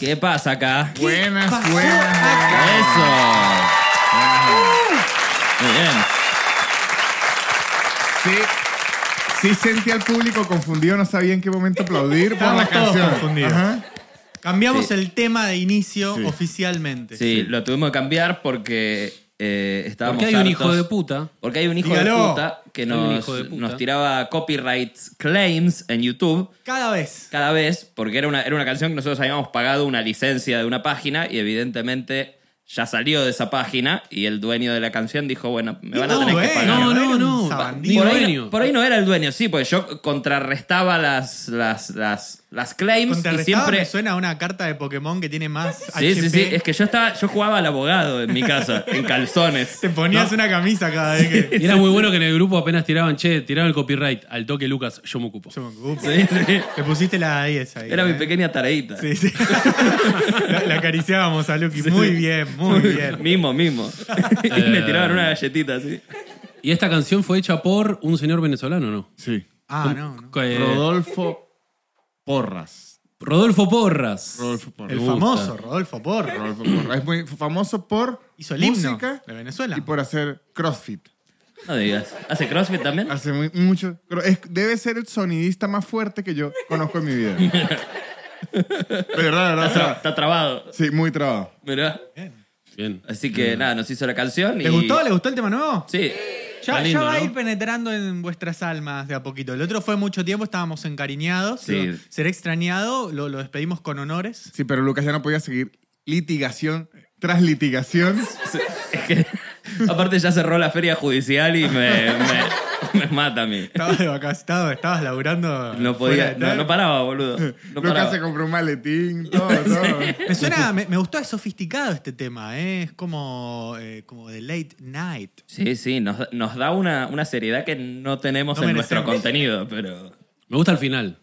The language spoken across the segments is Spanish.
¿Qué pasa acá? Buenas, buenas, buenas. Eso. Muy bien. Sí, sí sentí al público confundido, no sabía en qué momento aplaudir por la Estábamos todos canción. confundidos. Ajá. Cambiamos Sí. el tema de inicio Sí. oficialmente. Sí, lo tuvimos que cambiar porque eh, estábamos Porque hay un hijo hartos. de puta. Porque hay un hijo de Dígalo. puta que Hay un nos, hijo de puta. nos tiraba copyright claims en YouTube Cada vez. cada vez, porque era una, era una canción que nosotros habíamos pagado una licencia de una página y evidentemente ya salió de esa página y el dueño de la canción dijo, bueno, me van a No, tener bueno, que pagar. No, era no, un no. sabandija. Digo, por, ahí, dueño. no- por ahí no era el dueño, sí, porque yo contrarrestaba las, las, las, las claims y Contrarrestaba siempre... me suena a una carta de Pokémon que tiene más Sí, HP. sí, sí, es que yo, estaba, yo jugaba al abogado en mi casa, en calzones. Te ponías una camisa cada vez que... Y era muy bueno que en el grupo apenas tiraban, che, tiraron el copyright. Al toque, Lucas, yo me ocupo. Yo me ocupo. Sí, sí. Le pusiste la 10 ahí. Era mi ¿eh? pequeña tareita. Sí, sí. la, la acariciábamos a Lucky. Muy bien, muy bien. Mimo, mimo. y me tiraban una galletita así. Y esta canción fue hecha por un señor venezolano, ¿no? Sí. Ah, no, no. Eh, Rodolfo Porras. Rodolfo Porras. Rodolfo Porras. El gusta. famoso Rodolfo Porro. Rodolfo Porras. Es muy famoso por Hizo el himno música de Venezuela. y por hacer crossfit. No digas. ¿Hace CrossFit también? Ah, Hace muy- mucho. cro- es- debe ser el sonidista más fuerte que yo conozco en mi vida. De verdad, de verdad. o Está, sea, está trabado. sí, muy trabado. Mirá. Bien. Así que nada, nos hizo la canción. ¿Le y- gustó? ¿Le gustó el tema nuevo? Sí. Ya, Está lindo, ya va a ¿no? ir penetrando en vuestras almas de a poquito. El otro fue mucho tiempo, estábamos encariñados. Sí. Será extrañado, lo, lo despedimos con honores. Sí, pero Lucas ya no podía seguir litigación tras litigación. Sí. Es que aparte ya cerró la feria judicial y me, me, me mata a mí. Estabas de vacaciones, estabas, estabas laburando. fuera ¿eh? No podía, de no, tal. no paraba, boludo. No Lucas paraba. se compró un maletín, todo, todo. Me suena, me, me gustó, es sofisticado este tema, ¿eh? es como, eh, como de late night. Sí, sí, nos, nos da una, una seriedad que no tenemos No en nuestro merecemos. contenido, pero... Me gusta el final.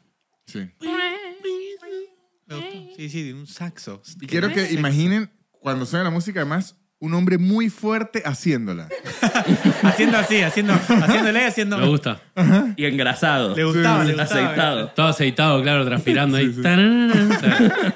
Sí. Me gustó. Sí, sí, de un saxo. Y quiero que imaginen cuando suena la música, además, un hombre muy fuerte haciéndola. Haciendo así, haciendo, haciéndole, haciendo. Me gusta. Y engrasado. Le gustaba, le gustaba. Aceitado. Todo aceitado, claro, transpirando ahí. Tararara.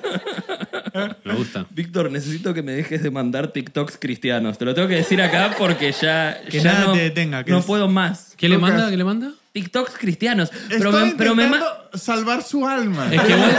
Claro. Me gusta. Víctor, necesito que me dejes de mandar TikToks cristianos. Te lo tengo que decir acá porque ya, Que ya nada no, te detenga, que no es- puedo más. ¿Qué le Lucas. manda? ¿Qué le manda? TikToks cristianos. Pero Estoy me, pero, me ma- intentando salvar su alma. Es que, vos-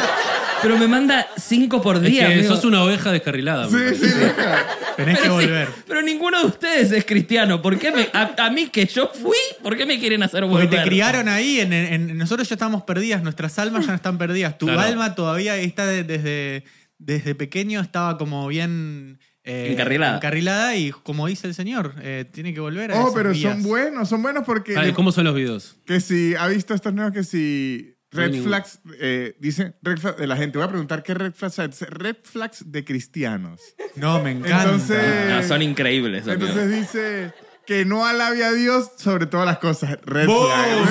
pero me manda cinco por es día. que amigo. sos una oveja descarrilada. me Sí, parece. sí, Lucas. Tenés que Pero, sí, volver. pero ninguno de ustedes es cristiano. ¿Por qué me, a, a mí que yo fui, ¿por qué me quieren hacer Porque volver? te criaron ahí, en, en- nosotros ya estamos perdidas, nuestras almas ya no están perdidas. Tu Claro. alma todavía está de- desde, desde pequeño, estaba como bien eh, Encarrilada. encarrilada y como dice el señor, eh, tiene que volver a Oh, esas pero vías. son buenos, son buenos porque... Ay, ¿Cómo son los videos? Que si ha visto estos nuevos que si No hay red ninguno. flags, eh, dicen red flags de la gente. Voy a preguntar qué red flags hay. Red flags de cristianos. No, me encanta. Entonces- No, son increíbles. amigo. Entonces dice que no alabe a Dios sobre todas las cosas. Red ¡Bum! flags.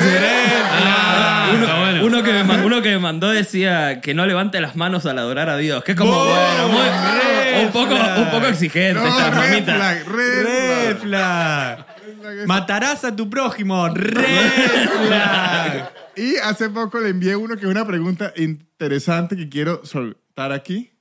Ah, está bueno. Uno que, me, ma- uno que me mandó decía que no levante las manos al adorar a Dios. Que es como, bueno, muy- red un, poco, flag. un poco exigente No, esta red mamita. flag, red, Red flag. flag. flag. Matarás a tu prójimo. Red flag. Y hace poco le envié uno que es una pregunta interesante que quiero soltar aquí.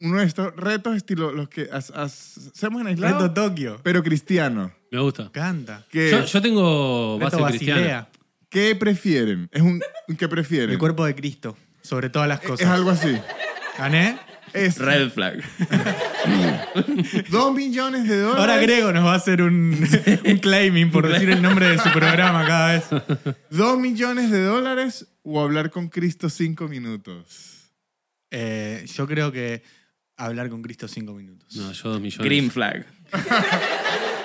Uno de estos retos estilo los que has- has- hacemos en aislado, Reto Tokio. pero cristiano. Me gusta. Me encanta. Que Yo, yo tengo base Reto cristiana. Basilea. ¿Qué prefieren? Es un un ¿qué prefieren? El cuerpo de Cristo. Sobre todas las Es cosas. algo así. ¿Gané? Es Red flag. dos millones de dólares. Ahora Grego nos va a hacer un, un claiming por decir el nombre de su programa cada vez. Dos millones de dólares o hablar con Cristo cinco minutos. Eh, yo creo que hablar con Cristo cinco minutos. No, yo dos millones. Green flag.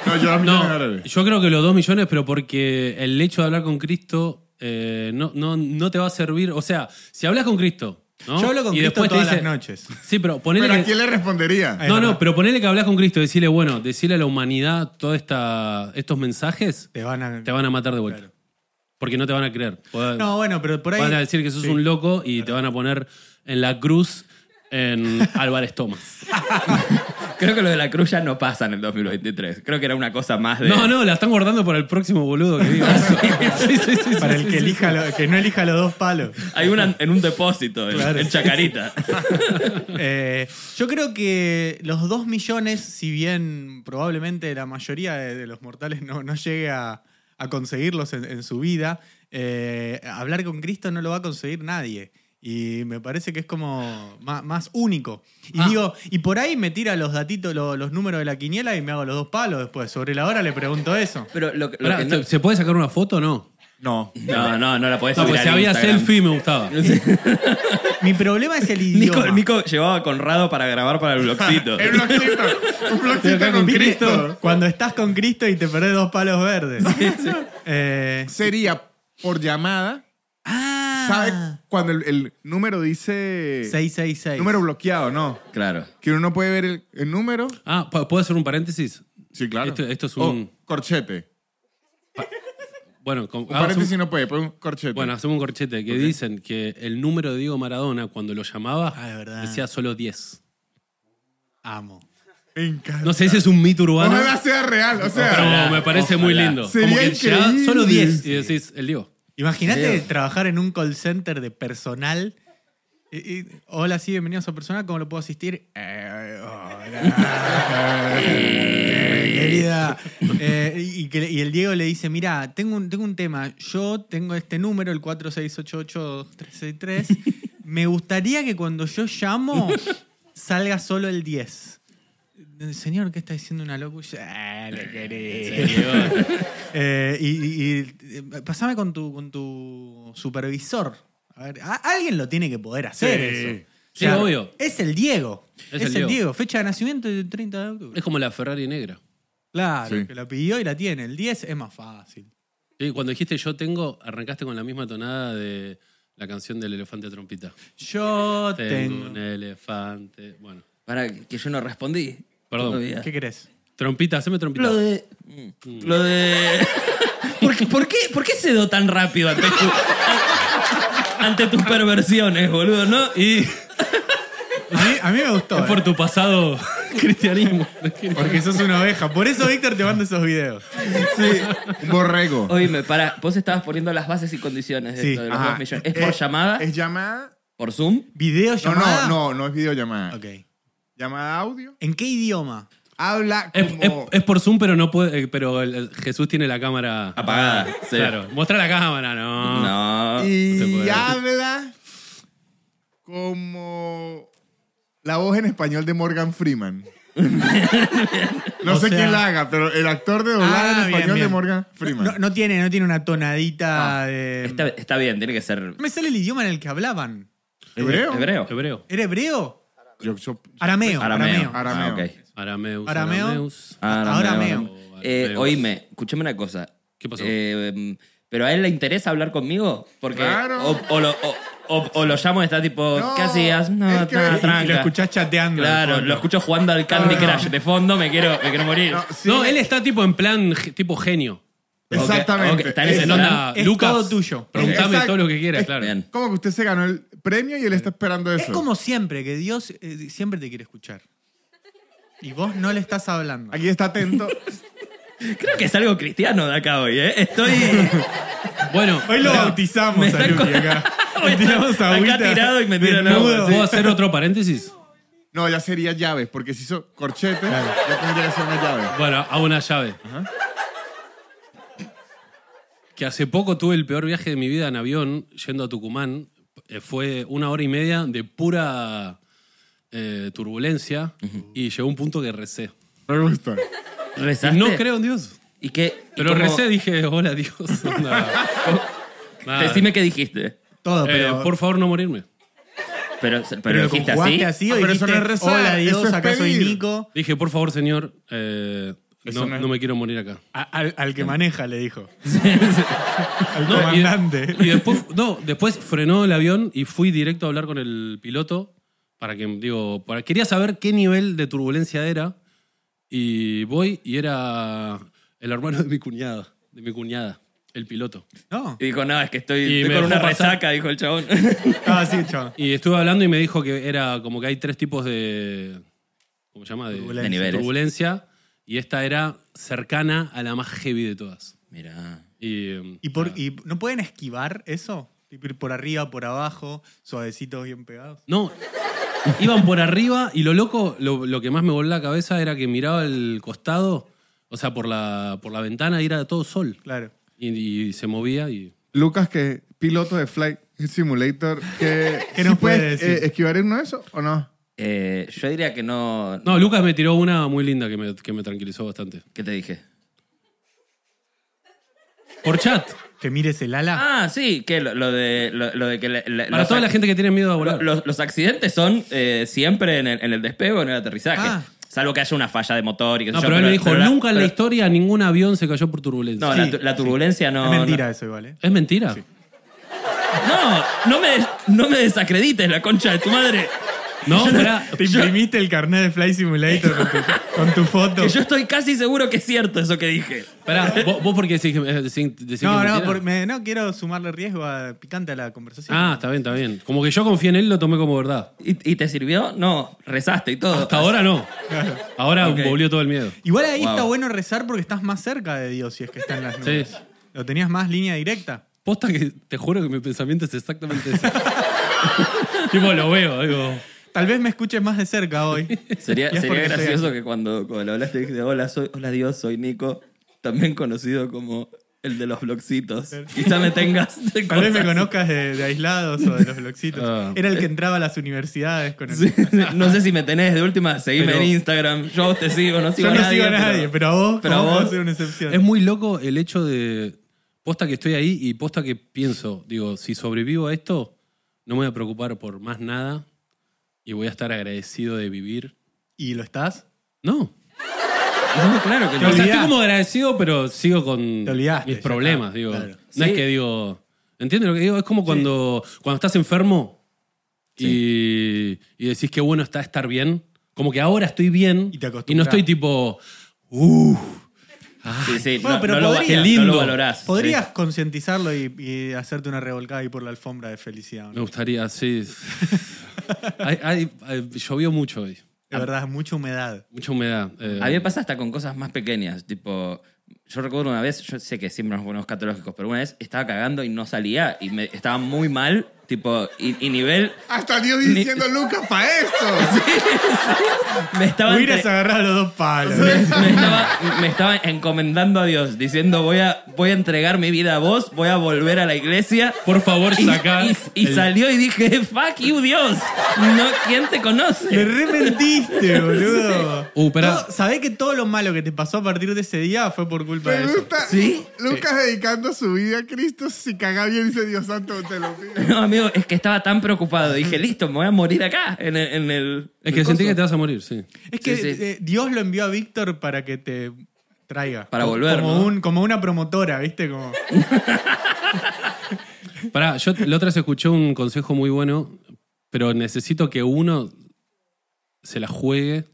No, yo dos millones de No, dólares. yo creo que los dos millones, pero porque el hecho de hablar con Cristo eh, no, no, no te va a servir. O sea, si hablas con Cristo, ¿no? Yo hablo con Y Cristo después te todas las dice- noches. Sí, pero ponele Pero ¿a que- quién le respondería? Ay, No, verdad. no, pero ponele que hablas con Cristo, decirle, bueno, decirle a la humanidad todos estos mensajes, Te van a... te van a matar de vuelta. Claro. Porque no te van a creer. Podés- No, bueno, pero por ahí... Van a decir que sos Sí. un loco y te van a poner en la cruz en Álvarez Thomas. Creo que lo de la cruz ya no pasa en el 2023. Creo que era una cosa más de. No, no, la están guardando para el próximo boludo que diga eso. Sí, sí, sí, sí, Para el sí, que, sí, elija lo- que no elija los dos palos. Hay una en un depósito, en, Claro. en Chacarita. Eh, yo creo que los dos millones, si bien probablemente la mayoría de, de los mortales no, no llegue a, a conseguirlos en, en su vida, eh, hablar con Cristo no lo va a conseguir nadie. Y me parece que es como ma- más, único. Y Ah. digo, y por ahí me tira los datitos, lo- los números de la quiniela y me hago los dos palos después. Sobre la hora le pregunto eso. Pero lo, que- lo Pará, que no, ¿se- ¿Se puede sacar una foto o no? No. no, no, no la podés No, subir pues si al había Instagram. selfie me gustaba. Mi problema es el Nico, idioma. Nico llevaba a Conrado para grabar para el blogcito. El bloquito. Un bloquito con ¿Viste? Cristo. Cuando estás con Cristo y te perdés dos palos verdes. Eh, Sería por llamada. ¿Sabe Ah, cuando el, el número dice. 666. Número bloqueado, no. Claro. Que uno no puede ver el, el número. Ah, ¿pu- ¿puedo hacer un paréntesis? Sí, claro. Esto- esto es O un- corchete. Bueno, con- Un hagamos Ah, un- paréntesis no puede, pero un corchete. bueno, hacemos un corchete que dicen que el número de Diego Maradona cuando lo llamaba Ah, es verdad. decía solo 10. Amo. Me encanta. No sé, ese es un mito urbano. Ojalá sea real, o sea. Pero me parece muy Ojalá. lindo. Sería Como que llegaba increíble. solo 10 y decís, el Diego. Imagínate Sí. trabajar en un call center de personal. Y- y, hola, sí, bienvenidos a personal. ¿Cómo lo puedo asistir? Eh, hola. Eh, Querida. Eh, y, que- y el Diego le dice: Mira, tengo un, tengo un tema. Yo tengo este número, el 4688-363. Me gustaría que cuando yo llamo salga solo el 10. Señor, ¿qué está diciendo una locución? Ah, le querés. Eh, y, y- y, eh, pasame con tu, con tu supervisor. A ver, a- alguien lo tiene que poder hacer Sí. eso. Sí, obvio. Es el Diego. Es, el, Diego. Fecha de nacimiento del 30 de octubre. Es como la Ferrari negra. Claro, Sí. que la pidió y la tiene. El 10 es más fácil. Sí, cuando dijiste yo tengo, arrancaste con la misma tonada de la canción del elefante trompita. Yo Tengo tengo. un elefante. Bueno. Para que yo no respondí. Perdón. Todavía. ¿Qué querés? Trompita, haceme trompita. Lo de. Lo de. ¿Por qué, por, qué, por qué cedó tan rápido ante, tu- ante tus perversiones, boludo? ¿No? Y A mí, a mí me gustó. por eh, tu pasado cristianismo. Porque sos una oveja. Por eso Víctor te manda esos videos. Un borrego. Oíme, para, vos estabas poniendo las bases y condiciones de Sí. esto de los Ajá. Eh, dos millones. ¿Es por llamada? ¿Es llamada? ¿Por Zoom? ¿Video No, llamada? no, no, no es videollamada. Ok. Llamada audio. ¿En qué idioma? Habla Es, es- como. es por Zoom, pero no puede. eh, Pero el- el Jesús tiene la cámara Apagada. sí. Claro. Mostra la cámara, no. Ah, No. no se y em, puede. habla como. La voz en español de Morgan Freeman. no O sé sea- quién la haga, pero el actor de doblaje en Ah, español bien, bien. de Morgan Freeman. Ah, No, no tiene, no tiene una tonadita de. Está, está bien, tiene que ser No me sale el idioma en el que hablaban. ¿Hebreo? hebreo. Hebreo. ¿Era hebreo? Yo- yo- Arameo. Arameo. Arameo. Ah, ok. Arameus. Arameo. Arameus. Arameo. Arameo. Eh, oíme, escúchame una cosa. ¿Qué pasó? Eh, em, ¿Pero a él le interesa hablar conmigo? Porque Claro. o, o lo, o- o- o lo llamo y está tipo, No, ¿qué hacías? No, es que- nada, y lo tranca. Y Ah, lo escuchás chateando. Claro, lo escucho jugando al Candy No, no, no. Crush. De fondo me quiero, me quiero morir. Ah. No, sí, No, él está tipo en plan, ge- tipo genio. Exactamente. ok, está en ese En plan. onda, Es Lucas, todo tuyo. Preguntame Exacto. todo lo que quieras, claro. Bien. Como que usted se ganó el premio y él está esperando eso. Es como siempre, que Dios eh, siempre te quiere escuchar. Y vos no le estás hablando. Aquí está atento. Creo que es algo cristiano de acá hoy, ¿eh? Estoy... Bueno, Hoy lo bautizamos me están a Luqui con- acá. Hoy Le tiramos está- acá agüita tirado y me tiran desnudo. agua, ¿puedo hacer otro paréntesis? No, ya sería llaves, porque si hizo corchete, ya tendría que ser una llave. Bueno, hago una llave. Que hace poco tuve el peor viaje de mi vida en avión yendo a Tucumán. Eh, Fue una hora y media de pura eh, turbulencia y llegó un punto que recé. Me gusta. Y ¿Rezaste? no creo en Dios. ¿Y qué? y Pero cómo- recé, dije, hola Dios. Onda, nada. Ah. Decime qué dijiste. Todo, Eh, pero. por favor, no morirme. Pero, pero, pero lo dijiste conjugaste así. así, Ah, o pero eso dijiste, no es rezar, hola Dios, eso es acá soy pedir". Nico. Dije, por favor, señor, eh, Eso no, no es- no me quiero morir acá. A- Al, al que maneja, le dijo. al No, y de- comandante. Y, después, no, después frenó el avión y fui directo a hablar con el piloto para que, digo, para, quería saber qué nivel de turbulencia era y voy y era el hermano de mi cuñada, de mi cuñada, el piloto. No. Y dijo, no, es que estoy, Y estoy me con dejó una pasar. resaca, dijo el chabón. Ah, Estaba así, chaval. Y estuve hablando y me dijo que era como que hay tres tipos de, ¿cómo se llama? De, Turbulencia. De niveles. turbulencia, Y esta era cercana a la más heavy de todas. Mirá. Y, eh, ¿Y, por, nada. y no pueden esquivar eso? Tipo, Ir por arriba, por abajo, suavecitos, bien pegados. No, iban por arriba y lo loco, lo, lo que más me voló la cabeza era que miraba el costado, o sea, por la, por la ventana y era todo sol. Claro. Y, y se movía y... Lucas, que piloto de Flight Simulator, que ¿Qué ¿sí nos puede puedes decir? eh, esquivar en uno de esos o no? Eh, yo diría que no... No, Lucas me tiró una muy linda que me, que me tranquilizó bastante. ¿Qué te dije? Por chat. Que mires el ala. Ah, sí, que lo, lo de, lo, lo de que... la- la- Para los toda la ac- gente que tiene miedo a lo- volar. Los, los accidentes son eh, siempre en el, en el despego, en el aterrizaje. Ah. Salvo que haya una falla de motor y que no, pero él me dijo, nunca en la historia historia ningún avión se cayó por turbulencia. No, Sí, la, tu- la turbulencia no. es mentira eso igual, ¿eh? ¿Es mentira? No, no, no me, des- no me desacredites, la concha de tu madre. No, pará. Te imprimiste el carnet de Fly Simulator con tu, con tu foto. Que yo estoy casi seguro que es cierto eso que dije. Pará, vos, vos porque decís, que- eh, decís- decís No, que no, mentira? por- me- no quiero sumarle riesgo a, picante a la conversación. Ah, está bien, está bien. Como que yo confié en él, lo tomé como verdad. ¿Y, y te sirvió? No, rezaste y todo. Hasta ahora no. Ahora Ok. volvió todo el miedo. Igual ahí Wow. está bueno rezar porque estás más cerca de Dios si es que está en las nubes. Sí. Lo tenías más línea directa. Posta que te juro que mi pensamiento es exactamente ese. tipo, lo veo, digo. Tal vez me escuches más de cerca hoy. Sería, Y es sería porque estoy gracioso aquí. que cuando, cuando lo hablaste dijiste, hola, soy, hola Dios, soy Nico, también conocido como el de los blogcitos. Quizá me tengas... de Tal vez me cosas. conozcas de, de aislados o de los blogcitos. Ah. Era el que entraba a las universidades con el. Sí, no sé si me tenés de última, seguime Pero- en Instagram. Yo a vos te sigo, no sigo Yo a no nadie. sigo a nadie, pero, a vos, pero ¿cómo a puedo vos- ser una excepción. Es muy loco el hecho de. Posta que estoy ahí y posta que pienso, digo, si sobrevivo a esto, no me voy a preocupar por más nada y voy a estar agradecido de vivir. ¿Y lo estás? No. No, claro que Te no. O sea, estoy olvidaste. como agradecido, pero sigo con Te olvidaste, mis ya problemas, está, digo. claro. No Sí. es que digo. ¿Entiendes lo que digo? Es como cuando, cuando estás enfermo y, y decís que bueno está estar bien. Como que ahora estoy bien Y te no acostumbras. estoy tipo. "Uh, Sí, sí, Bueno, no, pero no lo, podría. no Qué lindo. lo valorás. Podrías concientizarlo y, y hacerte una revolcada y por la alfombra de felicidad. ¿no? Me gustaría, sí. Hay- hay- hay- llovió mucho hoy. De verdad, es mucha humedad. Mucha humedad. eh, A mí me pasa hasta con cosas más pequeñas, tipo... Yo recuerdo una vez, yo sé que siempre nos ponemos catológicos, pero una vez estaba cagando y no salía y me estaba muy mal, tipo, y, y nivel... Hasta Dios Ni- diciendo, Lucas, para esto. Me estaba, Hubieras entre- agarrado los dos palos. me, estaba, me estaba encomendando a Dios, diciendo voy a, voy a entregar mi vida a vos, voy a volver a la iglesia. Por favor, Y, sacá. y- y el- salió y dije, fuck you, Dios. No, ¿Quién te Me conoce? rementiste, boludo. Uh, pará. Todo- Sabés que todo lo malo que te pasó a partir de ese día fue por culpa de Me eso. gusta ¿Sí? Lucas dedicando su vida a Cristo. Si caga bien, dice Dios santo, te lo pido. No, amigo, es que estaba tan preocupado. Dije, listo, me voy a morir acá, en el... en el- Es en que el sentí coso". que te vas a morir, sí. Es que Sí, sí. eh, Dios lo envió a Víctor para que te traiga. Para Co- volver, Como, ¿no? un, como una promotora, ¿viste? Como, Pará, yo la otra vez escuché un consejo muy bueno, pero necesito que uno se la juegue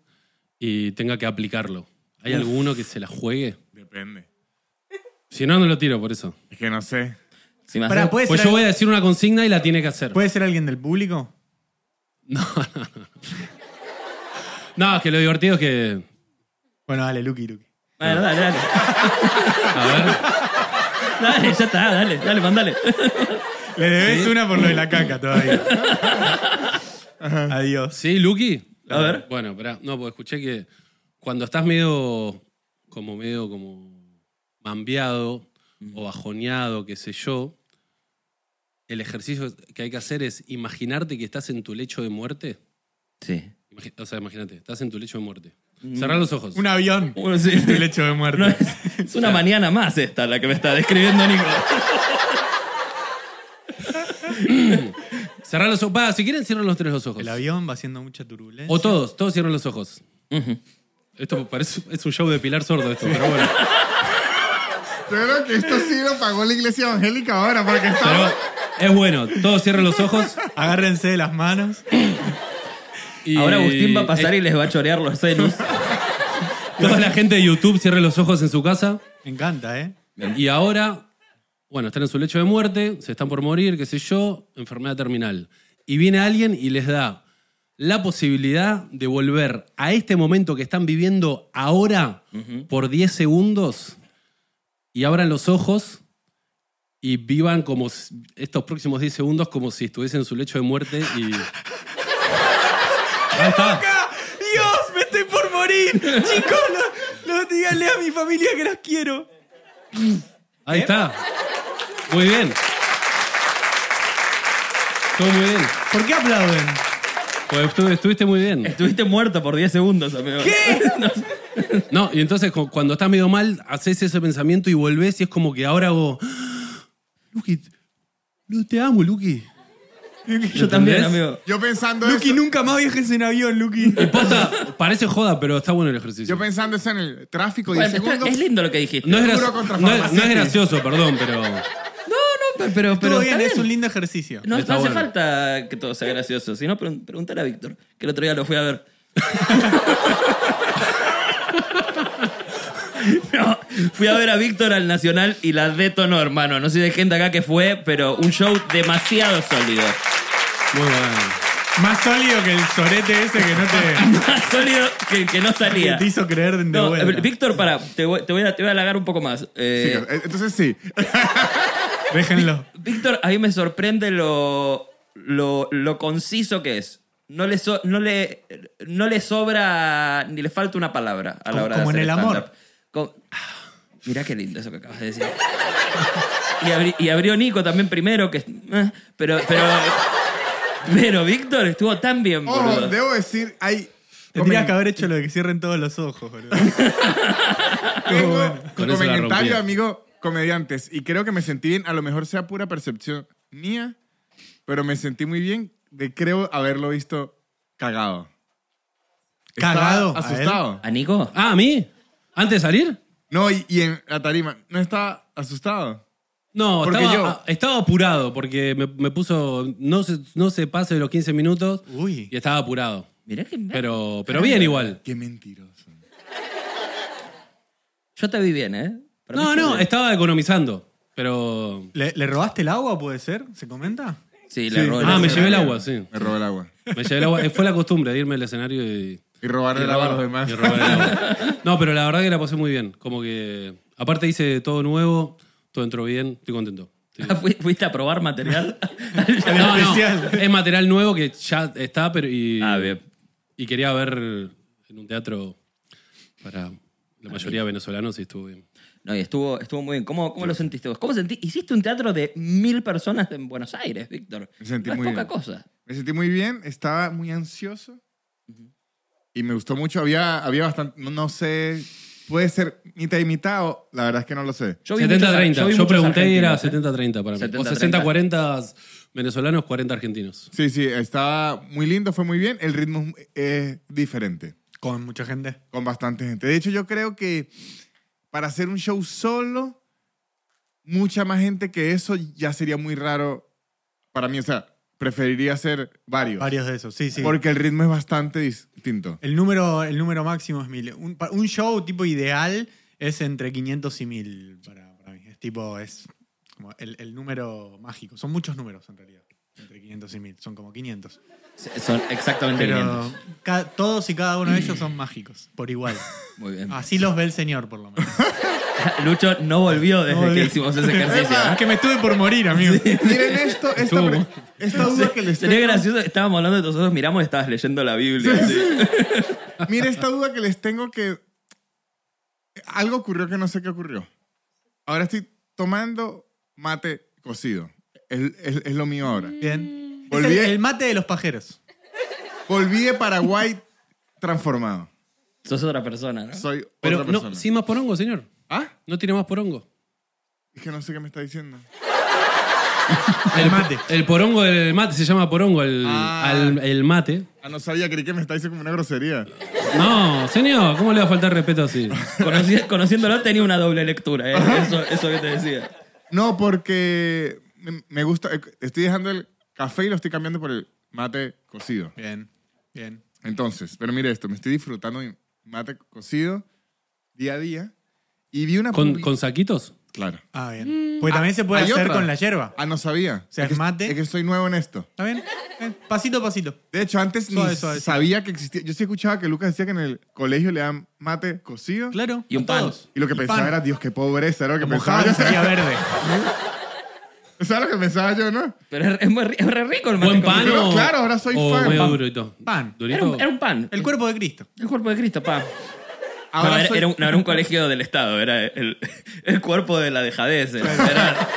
y tenga que aplicarlo. ¿Hay alguno que se la juegue? Depende. Si no, no lo tiro por eso. Es que no sé. Si me Pará, haces- ¿puede, Pues ser yo al- voy a decir una consigna y la tiene que hacer. ¿puede ser alguien del público? No, es que lo divertido es que. Bueno, dale, Luki, Luki. Bueno, dale, dale. A ver. Dale, ya está, dale, dale, mandale. Le debes una por lo de la caca todavía. Ajá. Adiós. ¿Sí, Lucky? A ver. Bueno, espera. No, porque escuché que cuando estás medio. como medio como. mambeado o bajoneado, qué sé yo. El ejercicio que hay que hacer es imaginarte que estás en tu lecho de muerte. Sí. Imagi- O sea, imagínate, estás en tu lecho de muerte. Mm. Cerrar los ojos. Un avión. Bueno, sí. Tu lecho de muerte. No, es, es una mañana más esta la que me está describiendo Nico. Cerrar los ojos. Va, si quieren, cierran los tres los ojos. El avión va haciendo mucha turbulencia. O todos, todos cierran los ojos. Esto parece es un show de Pilar Sordo esto, pero bueno. Yo creo que esto sí lo pagó la iglesia evangélica ahora, porque Pero estaba. es bueno, todos cierran los ojos. Agárrense de las manos. y- Ahora Agustín va a pasar y les va a chorear los cenus. Toda la gente de YouTube cierre los ojos en su casa. Me encanta, ¿eh? Y ahora, bueno, están en su lecho de muerte, se están por morir, qué sé yo, enfermedad terminal. Y viene alguien y les da la posibilidad de volver a este momento que están viviendo ahora por 10 segundos y abran los ojos y vivan como si- estos próximos 10 segundos como si estuviesen en su lecho de muerte y... Ahí está. ¡Dios! ¡Me estoy por morir! ¡Chicos! No, no díganle a mi familia que las quiero. Ahí está. Muy bien. Estuvo muy bien. ¿Por qué aplauden? Pues estu- estuviste muy bien. Estuviste muerto por 10 segundos, amigo. ¿Qué? No, y entonces cu- cuando estás medio mal, haces ese pensamiento y volvés y es como que ahora hago... Luqui, Lu- te amo, Luqui. Yo también, ¿Entendés? amigo. Yo pensando Lucky, eso, nunca más viajes en avión, Lucky. Y posta, parece joda, pero está bueno el ejercicio. yo pensando eso en el tráfico Bueno, 10 está- segundos. es lindo lo que dijiste. No es, Juro gra- contra no es- Farmacity. no es gracioso, perdón, pero... No, no, pe- pero, pero Todo está bien, es bien. un lindo ejercicio. No, no Está hace bueno. falta que todo sea gracioso, sino pregun- preguntar a Víctor, que el otro día lo fui a ver. No, fui a ver a Víctor al Nacional y la detonó, hermano. No sé si hay gente acá que fue, pero un show demasiado sólido. Muy bueno. Más sólido que el sorete ese que no te, Más sólido que, que no salía. te hizo creer de No, vuelta. Víctor, para, te voy, te, voy a, te voy a halagar un poco más. Eh, Sí, eh, entonces sí, Déjenlo. Víctor, a mí me sorprende lo, lo, lo conciso que es. No le, so- no, le, no le sobra ni le falta una palabra a la Como- hora como en de hacer el amor. stand-up. Como- ah, mirá qué lindo eso que acabas de decir. Y, abri- y abrió Nico también primero, que... eh, pero, pero, pero Víctor estuvo tan bien, ojo, boludo. debo decir, hay... Tendrías que haber hecho lo de que cierren todos los ojos, boludo. Tengo Ah, Con un eso la rompí. comentario, amigo, comediantes. Y creo que me sentí bien. A lo mejor sea pura percepción mía, pero me sentí muy bien de creo haberlo visto cagado. Estaba ¿Cagado? ¿A él? Asustado. ¿A Nico? Ah, ¿a mí? ¿Antes de salir? No, y, y en la tarima, no estaba asustado. No, Porque estaba, yo- ah, estaba apurado porque me, me puso. No se, no se pase de los 15 minutos. Uy. Y estaba apurado. Mirá que... Pero, pero bien igual. Qué mentiroso. Yo te vi bien, ¿eh? Para mí No, estuvo no, bien. estaba economizando. Pero. ¿Le, le robaste el agua, puede ser? ¿Se comenta? Sí, le robó Ah, me escena. llevé el agua, sí. Me robó el agua. Me llevé el agua. Eh, Fue la costumbre de irme al escenario y. Y robar el agua a los demás. y robar el agua. No, pero la verdad que la pasé muy bien. Como que. Aparte hice todo nuevo, todo entró bien, estoy contento. Estoy- Ah, fui- ¿Fuiste a probar material? No, no, especial. es material nuevo que ya está, pero. Y, Ah, bien. Y quería ver en un teatro para Ah, la mayoría venezolanos y estuvo bien. No, y estuvo, estuvo muy bien. ¿Cómo, cómo lo sentiste vos? ¿Cómo sentí? Hiciste un teatro de mil personas en Buenos Aires, Víctor. Me sentí no muy es poca bien. cosa. Me sentí muy bien, estaba muy ansioso y me gustó mucho. Había, había bastante, no, no sé, puede ser mitad y mitad o la verdad es que no lo sé. Yo vi muchos- 70-30. Yo, vi muchos pregunté y era argentinos, ¿eh? 70-30 para mí. 70-30. O 60-40 venezolanos, 40 argentinos. Sí, sí, estaba muy lindo, fue muy bien. El ritmo es es diferente, Con mucha gente. con bastante gente. De hecho, yo creo que para hacer un show solo, mucha más gente que eso ya sería muy raro para mí. O sea, preferiría hacer varios. Varios de esos, sí, sí. Porque el ritmo es bastante distinto. El número, el número máximo es mil. Un, pa- un show tipo ideal es entre 500 y 1000 para, para mí. Es tipo, es como el, el número mágico. Son muchos números en realidad. Entre 500 y 1000. Son como 500. Son exactamente Pero 500. ca- todos y cada uno de ellos son mágicos, por igual. Muy bien. Ah. Así los ve el señor, por lo menos. Lucho no volvió desde No volvió. que hicimos ese ejercicio. ¿eh? Es que me estuve por morir, amigo. Miren esto, esta, pre- Estuvo. esta duda que les Sería tengo. gracioso, estábamos hablando de nosotros, miramos y estabas leyendo la Biblia. así. Mira esta duda que les tengo que... Algo ocurrió que no sé qué ocurrió. Ahora estoy tomando mate cocido. Es, es- es lo mío ahora. Bien. Es el, Volví. el mate de los pajeros. Volví de Paraguay transformado. Sos otra persona, ¿no? Soy Pero otra no, persona. sin más porongo, señor. ¿Ah? No tiene más porongo. Es que no sé qué me está diciendo. El mate. El porongo del mate se llama porongo, el, Ah. al- el mate. Ah, no sabía, creí que me está diciendo como una grosería. No, señor, ¿cómo le va a faltar respeto así? Conoci- conociéndolo tenía una doble lectura, ¿eh? eso, eso que te decía. No, porque me- me gusta... eh, Estoy dejando el café y lo estoy cambiando por el mate cocido. Bien, bien. Entonces, pero mire esto, me estoy disfrutando mi mate cocido día a día y vi una ¿Con, publi- con saquitos? Claro. Ah, bien. Porque también se puede Hay hacer otra. con la hierba. Ah, no sabía. sea, es que, mate. Es que soy nuevo en esto. ¿Está bien? Eh, Pasito a pasito. De hecho, antes Suave, ni suave, sí. sabía que existía. Yo sí escuchaba que Lucas decía que en el colegio le dan mate cocido. Claro. Y un a pan. todos. Y lo que Y pensaba pan. era, Dios, qué pobreza. Era lo que pensaba Mojado yo. en salía verde. ¿Sabes lo que pensaba yo, no? Pero es, es muy ri- es re rico el mate ¿Buen con- pan Pero o- claro, ahora soy o fan. medio Pan. durito? Pan. ¿Durito? Era un, era un pan. El cuerpo de Cristo. El cuerpo de Cristo, pa. Ahora no, era, soy- era un, no, era un colegio del Estado, era el, el cuerpo de la dejadez. Era,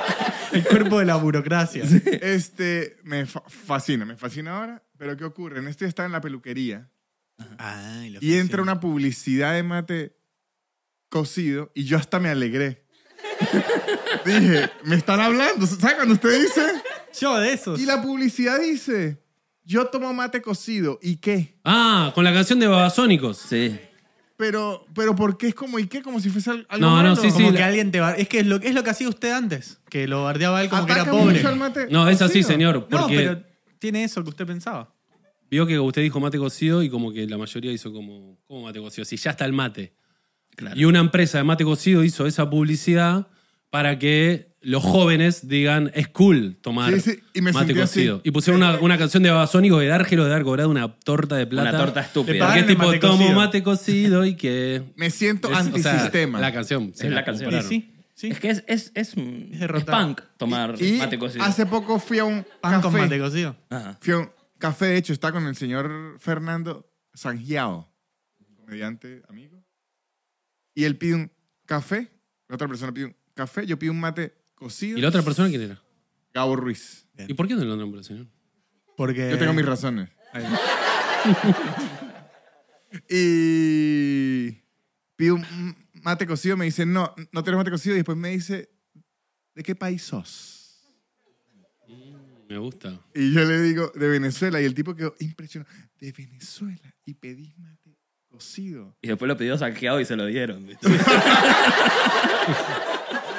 El cuerpo de la burocracia. Este, me fa- fascina, me fascina ahora. Pero ¿qué ocurre? En esto ya estaba en la peluquería Ay, lo y entra fascina. una publicidad de mate cocido y yo hasta me alegré. Dije, me están hablando. ¿Sabes cuando usted dice? Yo de esos. Y la publicidad dice, yo tomo mate cocido. ¿Y qué? Ah, con la canción de Babasónicos. sí. Pero, pero ¿por qué es como y qué? Como si fuese al- algo No, no, malo. sí, sí, Como la- que alguien te va. Es que es lo, es lo que hacía usted antes. Que lo bardeaba él como que era Ataca pobre. mucho al mate No, es así, cocido. señor. No, Porque pero tiene eso que usted pensaba. vio que usted dijo mate cocido y como que la mayoría hizo como, ¿cómo mate cocido? Si ya está el mate. Claro. Y una empresa de mate cocido hizo esa publicidad para que los jóvenes digan, es cool tomar Sí, sí, y me mate sentí así. cocido. Y pusieron una, una canción de Babasónicos de Dargelo de haber cobrado una torta de plata. Una torta estúpida. pagan Porque es el tipo, mate tomo cocido". mate cocido y que... Me siento Es- o sea, antisistema. la canción. Es la Sí, canción. Claro. sí. sí. Es que es, es, es, un- Es es derrotar. punk tomar y mate cocido. hace poco fui a un Pan con café. mate cocido. Ajá. Fui a un café, de hecho, está con el señor Fernando Sangiao, comediante amigo. Y él pide un café, la otra persona pide un café, yo pido un mate cocido. ¿Y la otra persona quién era? Gabo Ruiz. ¿Y por qué no lo nombró, señor? Porque. Yo tengo mis razones. Ahí. Y pido un mate cocido, me dice, no, no tienes mate cocido. Y después me dice, ¿de qué país sos? Me gusta. Y yo le digo, de Venezuela. Y el tipo quedó impresionado. De Venezuela. Y pedí mate cocido. Y después lo pidió saqueado y se lo dieron. ¿viste?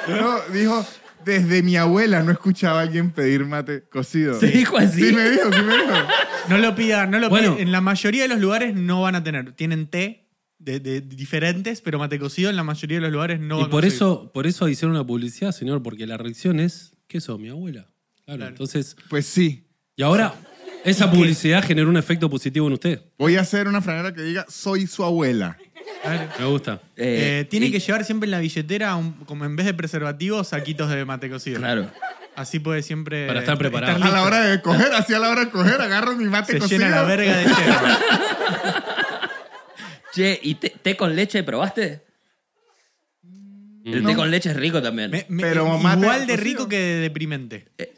No, dijo, desde mi abuela no escuchaba a alguien pedir mate cocido. ¿Se dijo así? Sí me dijo, sí me dijo. No lo pidan, no lo Bueno. pidan. En la mayoría de los lugares no van a tener. Tienen té de, de diferentes, pero mate cocido en la mayoría de los lugares no y van a por conseguir. eso, por eso hicieron una publicidad, señor, porque la reacción es, ¿qué eso? Mi abuela. Claro, entonces... Pues sí. Y ahora, esa publicidad generó un efecto positivo en usted. Voy a hacer una franela que diga, soy su abuela. Claro. Me gusta. Eh, Eh, tiene y- que llevar siempre en la billetera, un- como en vez de preservativos, saquitos de mate cocido. Claro. Así puede siempre. Para estar preparado. A la hora de coger, así a la hora de coger, agarro mi mate Se cocido. llena la verga de yerba. Che, ¿y té, té con leche probaste? El té con leche es rico también. Me- me- Pero mate igual de cocido. rico que de deprimente. Eh,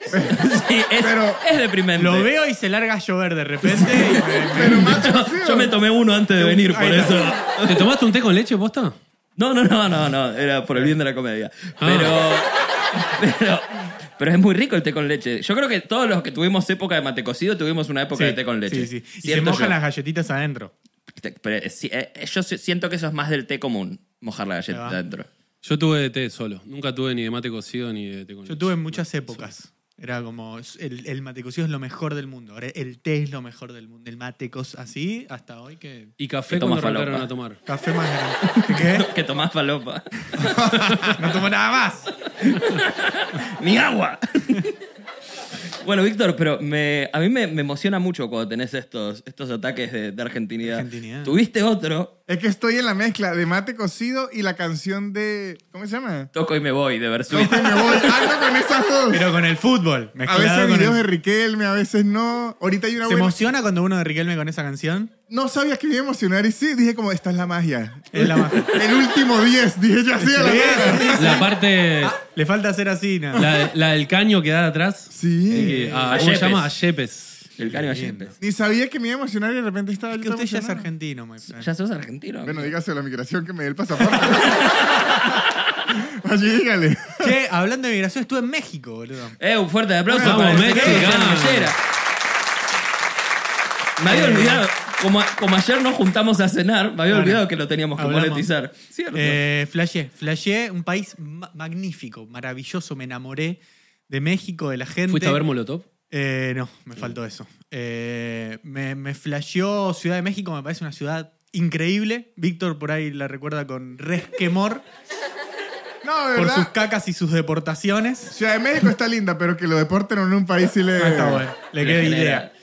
Sí, es, Pero- es deprimente. Lo veo y se larga a llover de repente. y me- me- Pero mate Yo, cocido. yo me tomé uno antes de venir, por Ahí está. eso. ¿Te tomaste un té con leche, posta? No, no, no, no, no. Era por el bien de la comedia. Pero, Ah. pero, pero es muy rico el té con leche. Yo creo que todos los que tuvimos época de mate cocido tuvimos una época de té con leche. Sí, sí. Y se Siento mojan yo. las galletitas adentro. Te- pero, eh, sí, eh, yo si- siento que eso es más del té común, mojar la Ahí galleta va. adentro. Yo tuve de té solo. Nunca tuve ni de mate cocido ni de té con leche. Yo tuve en muchas épocas. Era como, es- el, el mate cocido es lo mejor del mundo. Ahora el té es lo mejor del mundo. El mate cocido, así hasta hoy que... ¿Y café Que cuando toma arrancaron falopa. a tomar? Café más grande. Que tomás falopa. ¿Qué? No tomo nada más. ¡Ni agua! bueno, Víctor, pero me, a mí me, me emociona mucho cuando tenés estos, estos ataques de, de argentinidad. Argentinidad. Tuviste otro, Es que estoy en la mezcla de mate cocido y la canción de... ¿Cómo se llama? toco y me voy de Versuit. Toco y me voy. Ando con esas dos. Pero con el fútbol. A mezclado veces con videos de el- Riquelme, a veces no. Ahorita hay una ¿Se buena... emociona cuando uno de Riquelme con esa canción? No sabía que me iba a emocionar y sí, dije como, esta es la magia. Es la magia. El último 10, dije yo así a la cara. La parte... Le falta hacer así, nada. La, la del caño que da atrás. Sí. Eh, a- A ¿Cómo se Yepes. llama? A Yepes. El Cano Lindo. Allende. Ni sabía que me iba a emocionar y de repente estaba Es yo que tan usted ya es emocionado. argentino, my friend. Ya sos argentino. Bueno, amigo. dígase a la migración que me dé el pasaporte. Allí dígale. Che, hablando de migración, estuve en México, boludo. Eh, un fuerte aplauso Vamos, para el México. señor Camillera. Me había olvidado, como, como ayer nos juntamos a cenar, me había Eh, Bueno, olvidado que lo teníamos que hablamos. monetizar. Cierto. Eh, flashé, flashé, un país ma- magnífico, maravilloso, me enamoré de México, de la gente. ¿Fuiste a ver Molotov? Eh, no, me faltó eso. Eh, me, me flasheó Ciudad de México, me parece una ciudad increíble. Víctor por ahí la recuerda con resquemor. No, de por sus verdad. cacas y sus deportaciones. Ciudad de México está linda, pero que lo deporten en un país sí le. Ah, está bueno. Le queda idea. Che,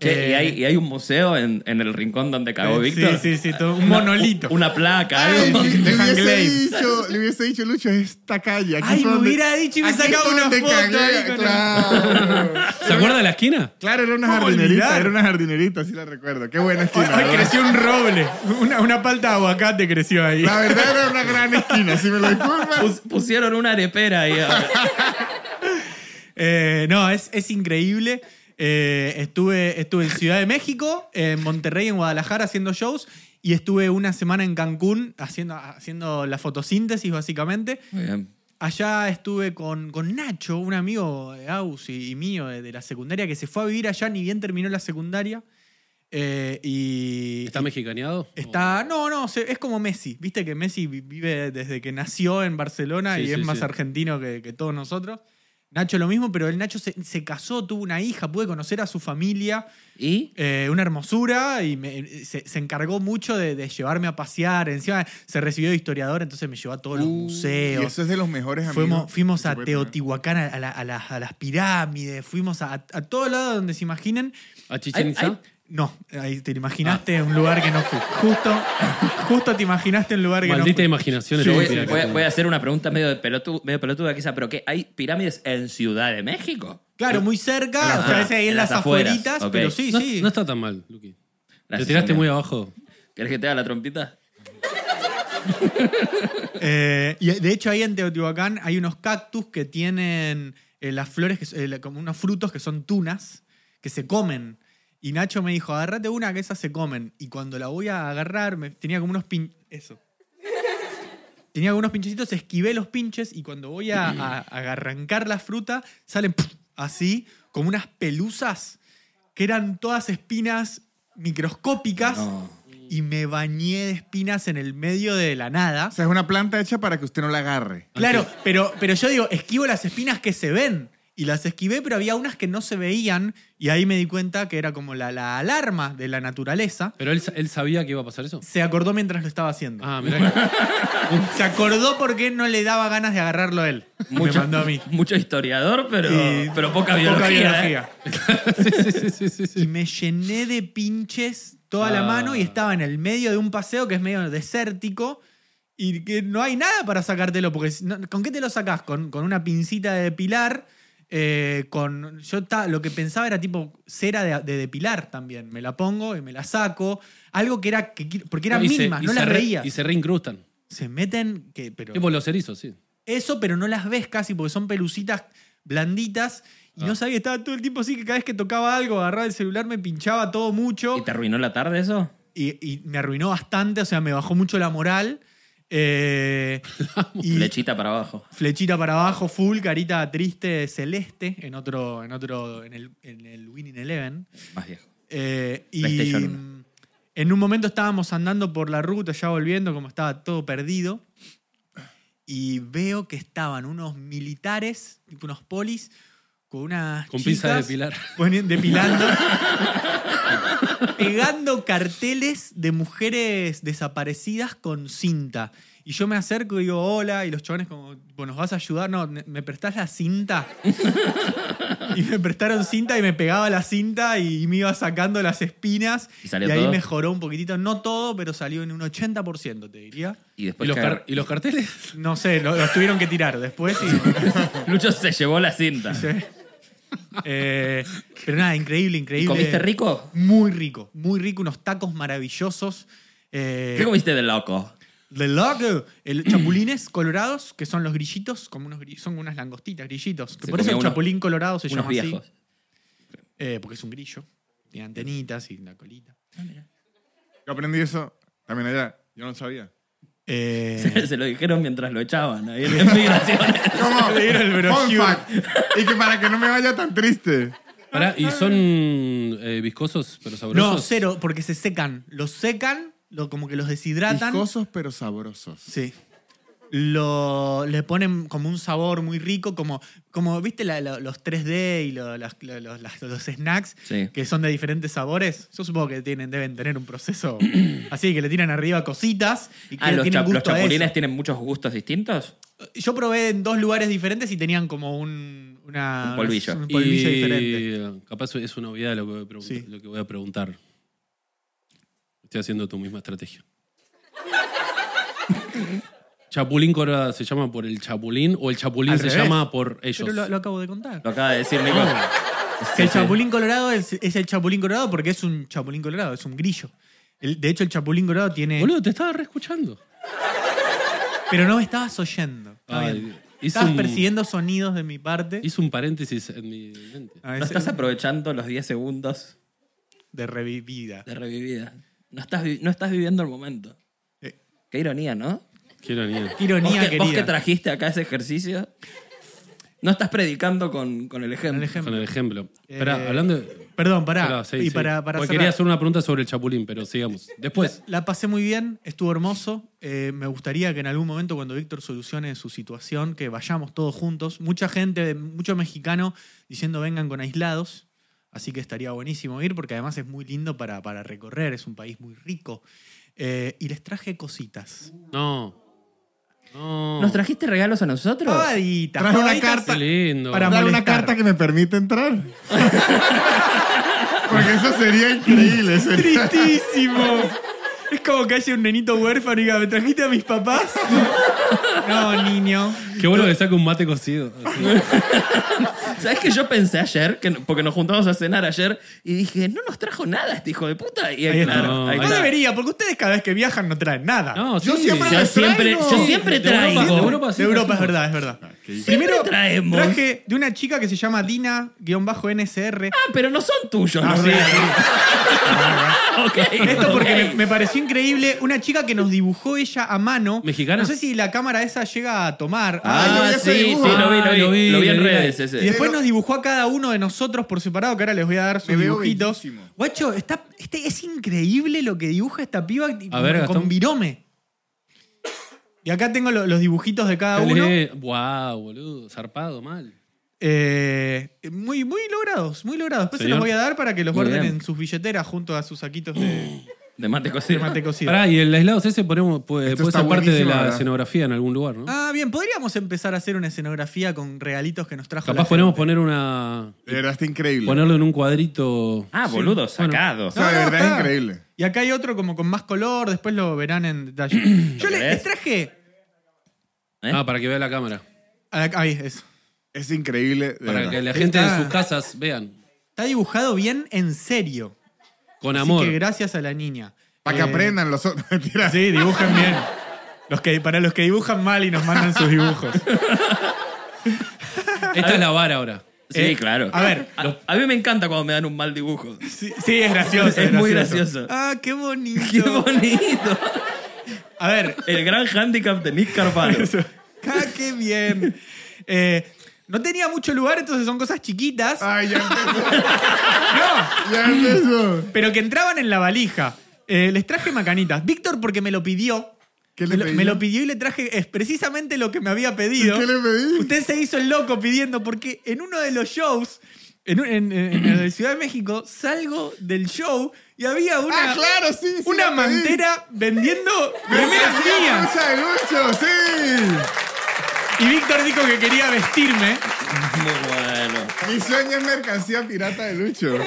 Eh, y, hay, y hay un museo en, en el rincón donde cagó Eh, Víctor. Sí, sí, sí, todo- un Una- monolito. u- Una, placa, Ay, algo. si- de le, hubiese Hangley. dicho, le hubiese dicho Lucho, es esta calle. Aquí Ay, fue me donde- hubiera dicho y me aquí sacaba fue una donde foto cagué, ahí con el- claro. ¿Se acuerda de la esquina? Claro, era una ¿Cómo jardinerita, olvidar? era una jardinerita, sí la recuerdo. Qué buena esquina. Ay, la verdad. creció un roble. Una, una palta de aguacate creció ahí. La verdad era una gran esquina, si me lo disculpas. Pus- pusieron una arepera ahí. Eh, no, es, es increíble. Eh, estuve, estuve en Ciudad de México, en Monterrey, en Guadalajara haciendo shows y estuve una semana en Cancún haciendo, haciendo la fotosíntesis básicamente. Muy bien. Allá estuve con, con Nacho, un amigo de Aus y, y mío de, de la secundaria que se fue a vivir allá ni bien terminó la secundaria. Eh, y ¿Está mexicaneado? Está, no, no, se- es como Messi. Viste que Messi vi- vive desde que nació en Barcelona Sí, y es sí, más sí. argentino que, que todos nosotros. Nacho lo mismo, pero el Nacho se, se casó, tuvo una hija, pude conocer a su familia, ¿Y? eh, una hermosura, y me- se, se encargó mucho de, de llevarme a pasear. Encima se recibió de historiador, entonces me llevó a todos los Uh, Y museos. eso es de los mejores amigos. Fuimos, fuimos que se a puede tener. Teotihuacán, a, la- a las- a las pirámides, fuimos a, a todo lado donde se imaginen. ¿A Chichen Ay, ay. Itza? No, ahí te imaginaste un lugar que no fui. Justo, justo te imaginaste un lugar que Maldita no fui. imaginación. Yo voy, estúpida que voy a- tengo. voy a hacer una pregunta medio, de pelotu- medio pelotuda quizá, pero que ¿Hay pirámides en Ciudad de México? Claro, muy cerca, Ajá, o sea, es ahí en, en las las afueras, afueritas, ok. pero sí, no, sí. no está tan mal, Luqui. Te Gracias, tiraste amigo. muy abajo. ¿Querés que te haga la trompita? Eh, y de hecho ahí en Teotihuacán hay unos cactus que tienen eh, las flores, que, s- eh, la- como unos frutos que son tunas, que se comen. Y Nacho me dijo, agárrate una que esas se comen. Y cuando la voy a agarrar, me, tenía como unos pin... Eso. Tenía como unos pinchecitos, esquivé los pinches y cuando voy a, a- a arrancar la fruta, salen ¡puf! así, como unas pelusas, que eran todas espinas microscópicas. No. Y me bañé de espinas en el medio de la nada. O sea, es una planta hecha para que usted no la agarre. Claro, Antes. pero, pero yo digo, esquivo las espinas que se ven. Y las esquivé, pero había unas que no se veían. Y ahí me di cuenta que era como la, la alarma de la naturaleza. Pero él, sa- él sabía que iba a pasar eso. Se acordó mientras lo estaba haciendo. Ah, mirá. Se acordó porque no le daba ganas de agarrarlo a él. Y Me Mucho- mandó a mí. Mucho historiador, pero, Y- pero poca biología. ¿eh? que- sí, sí, sí, sí, sí. Y me llené de pinches toda la Ah. mano y estaba en el medio de un paseo que es medio desértico y que no hay nada para sacártelo. Porque si no- ¿Con qué te lo sacás? Con, con una pincita de depilar. eh, con, yo ta- lo que pensaba era tipo cera de, de depilar también. Me la pongo y me la saco. Algo que era. que- porque eran Y se- mínimas, y no se las re- reía. Y se reincrustan. Se meten. Que, pero, Tipo los erizos, sí. eso, pero no las ves casi porque son pelucitas blanditas. Y no Ah. sabía, estaba todo el tiempo así que cada vez que tocaba algo, agarraba el celular, me pinchaba todo mucho. ¿Y te arruinó la tarde eso? y, y me arruinó bastante, o sea, me bajó mucho la moral. eh, y Flechita para abajo. flechita para abajo, full, carita triste, celeste, en otro, en otro, en el, en el Winning Eleven. Más viejo. Eh, y PlayStation mm, en un momento estábamos andando por la ruta, ya volviendo, como estaba todo perdido. Y veo que estaban unos militares, tipo unos polis, con unas. Con pinzas chicas de pilar. poni- Depilando. pegando carteles de mujeres desaparecidas con cinta. Y yo me acerco y digo, hola, y los chavales como, tipo, ¿nos vas a ayudar? No, ¿me me prestás la cinta? Y me prestaron cinta y me pegaba la cinta y me iba sacando las espinas. ¿Y salió ahí todo? mejoró un poquitito. No todo, pero salió en un 80%, te diría. Y ¿Y después los, cagar- car- y los carteles? No sé, lo- los tuvieron que tirar después y... Lucho se llevó la cinta. sí. Eh, pero nada, increíble, ¿Y increíble. comiste rico? Muy rico, muy rico. Unos tacos maravillosos. Eh, ¿Qué comiste de loco? The Loco, el chapulines colorados, que son los grillitos, como unos, gri- son unas langostitas, grillitos. Que Se por eso comía el unos- chapulín colorado se Unos llama así. viejos. Eh, porque es un grillo. Tiene antenitas y la colita. Yo aprendí eso también allá. Yo no lo sabía. Eh, Se lo dijeron mientras lo echaban ahí en las migraciones. ¿Cómo? Le dieron el Fun brochure. fact. Y que para que no me vaya tan triste. Pará, ¿y son eh, viscosos pero sabrosos? no, cero, porque se secan. Los secan, lo- como que los deshidratan. Picosos pero sabrosos. Sí. lo, le ponen como un sabor muy rico, como, como viste la- la- los 3D y lo- las- lo- los, las- los snacks Sí. que son de diferentes sabores. Yo supongo que tienen, deben tener un proceso así, que le tiran arriba cositas y que Ah, los, tienen cha- los gusto a chapulines eso. tienen muchos gustos distintos. Yo probé en dos lugares diferentes y tenían como un, una- Un polvillo. un polvillo Y, diferente. Capaz es una obviedad lo que, voy a preguntar- Sí. lo que voy a preguntar. Estoy haciendo tu misma estrategia. Chapulín Corada se llama por el chapulín o el chapulín Al se revés. llama por ellos. Pero lo, lo acabo de contar. Lo acaba de decir Nico. Que el Sí, sí. chapulín colorado es, es el chapulín colorado porque es un chapulín colorado, es un grillo. El- de hecho, el chapulín colorado tiene. Boludo, te estaba reescuchando. Pero no me estabas oyendo. Está Ay, bien. hice Estabas un- persiguiendo sonidos de mi parte. Hice un paréntesis en mi mente. A No veces- estás aprovechando los 10 segundos de revivida. de revivida. No estás, vi- no estás viviendo el momento. Eh. Qué ironía, ¿no? Quiero ni Qué Vos ironía, que, vos querida. que trajiste acá ese ejercicio, no estás predicando con, con el ejemplo. Con el ejemplo. con el ejemplo. Espera, Eh, hablando de... Perdón, pará. Esperá, sí, y sí. para, para Porque cerrar, quería hacer una pregunta sobre el chapulín, pero sigamos. Después. La pasé muy bien, estuvo hermoso. Eh, me gustaría que en algún momento, cuando Víctor solucione su situación, que vayamos todos juntos. Mucha gente, mucho mexicano diciendo vengan con aislados. Así que estaría buenísimo ir, porque además es muy lindo para, para recorrer, es un país muy rico. Eh, y les traje cositas. No. No. ¿Nos trajiste regalos a nosotros? Ah, Pavaditas, Traje una pavaditas carta. Qué lindo. Para- Dar una molestar. carta que me permite entrar. Porque eso sería increíble. sería- Tristísimo. Es como que haya un nenito huérfano y diga, ¿me trajiste a mis papás? No, niño. Qué bueno que saque un mate cocido. así. ¿Sabes que yo pensé ayer, que, no- porque nos juntamos a cenar ayer, y dije, no nos trajo nada este hijo de puta? Y Ahí está. claro, No, ahí No está. debería, porque ustedes cada vez que viajan no traen nada. No, Yo sí. siempre- Yo Pero siempre, traigo. yo siempre De Europa, traigo. de Europa. sí, de Europa es trajimos. verdad, es verdad. qué- Primero traemos. traje de una chica que se llama Dina-NSR. Ah, pero no son tuyos. Ah, ¿no? sí, Ok, Esto porque ok. me, me pareció increíble. Una chica que nos dibujó ella a mano. ¿Mexicana? No sé si la cámara esa llega a tomar. yo Ah, vi ese sí, sí, dibujo. lo vi, lo Ah, vi. Lo vi, lo vi, en lo vi. redes ese. Y después Pero- nos dibujó a cada uno de nosotros por separado, que ahora les voy a dar sus Me veo dibujitos. bellísimo. Guacho, está, este, es increíble lo que dibuja esta piba A ver, con Gastón. virome. Y acá tengo lo- los dibujitos de cada uno. Dale. Guau, boludo. Zarpado, mal. Eh, muy, muy logrados, muy logrados. Después se Señor. los voy a dar para que los Muy guarden bien. en sus billeteras junto a sus saquitos de, De mate de cocido. mate cocido. Pará, y el aislado ese ponemos, puede, Esto puede está ser parte de buenísimo, la ¿verdad? escenografía en algún lugar, ¿no? Ah, bien, podríamos empezar a hacer una escenografía con regalitos que nos trajo. la Capaz podemos gente. poner una. De verdad está increíble. Ponerlo en un cuadrito. Ah, boludo, sacado. O sea, Ah, de No, no, verdad es está. increíble. Y acá hay otro como con más color, después lo verán en detalle. Yo les, ¿Ves? les traje. ¿Eh? Ah, para que vea la cámara. Ah, Ahí, eso. Es increíble. de Para verdad. que la gente Está. en sus casas vean. Está dibujado bien en serio. Con Así amor. que gracias a la niña. Para que Eh, aprendan los otros. Mentira. Sí, dibujan bien. Los que, para los que dibujan mal y nos mandan sus dibujos. Esta Ah. es la vara ahora. Sí, Eh, claro. a ver, a, a mí me encanta cuando me dan un mal dibujo. Sí, sí, es gracioso. Es muy gracioso. Ah, qué bonito. Qué bonito. A ver, El gran handicap de Nick Carvalho. ah, qué bien. Eh, no tenía mucho lugar, entonces son cosas chiquitas. Ay, ya empezó. No, Ya empezó. pero que entraban en la valija. Eh, les traje macanitas. Víctor, porque me lo pidió. ¿Qué le me, lo, pedí? me lo pidió y le traje es precisamente lo que me había ¿Y pedido. ¿Qué le pedí? Usted se hizo el loco pidiendo, porque en uno de los shows, en, un- en- en el de Ciudad de México, salgo del show y había una, ah, claro, sí. sí una lo pedí. mantera vendiendo remeras Sí, mías. trucha de Lucho, sí. Y Víctor dijo que quería vestirme. Muy bueno. Mi sueño es mercancía pirata de Lucho.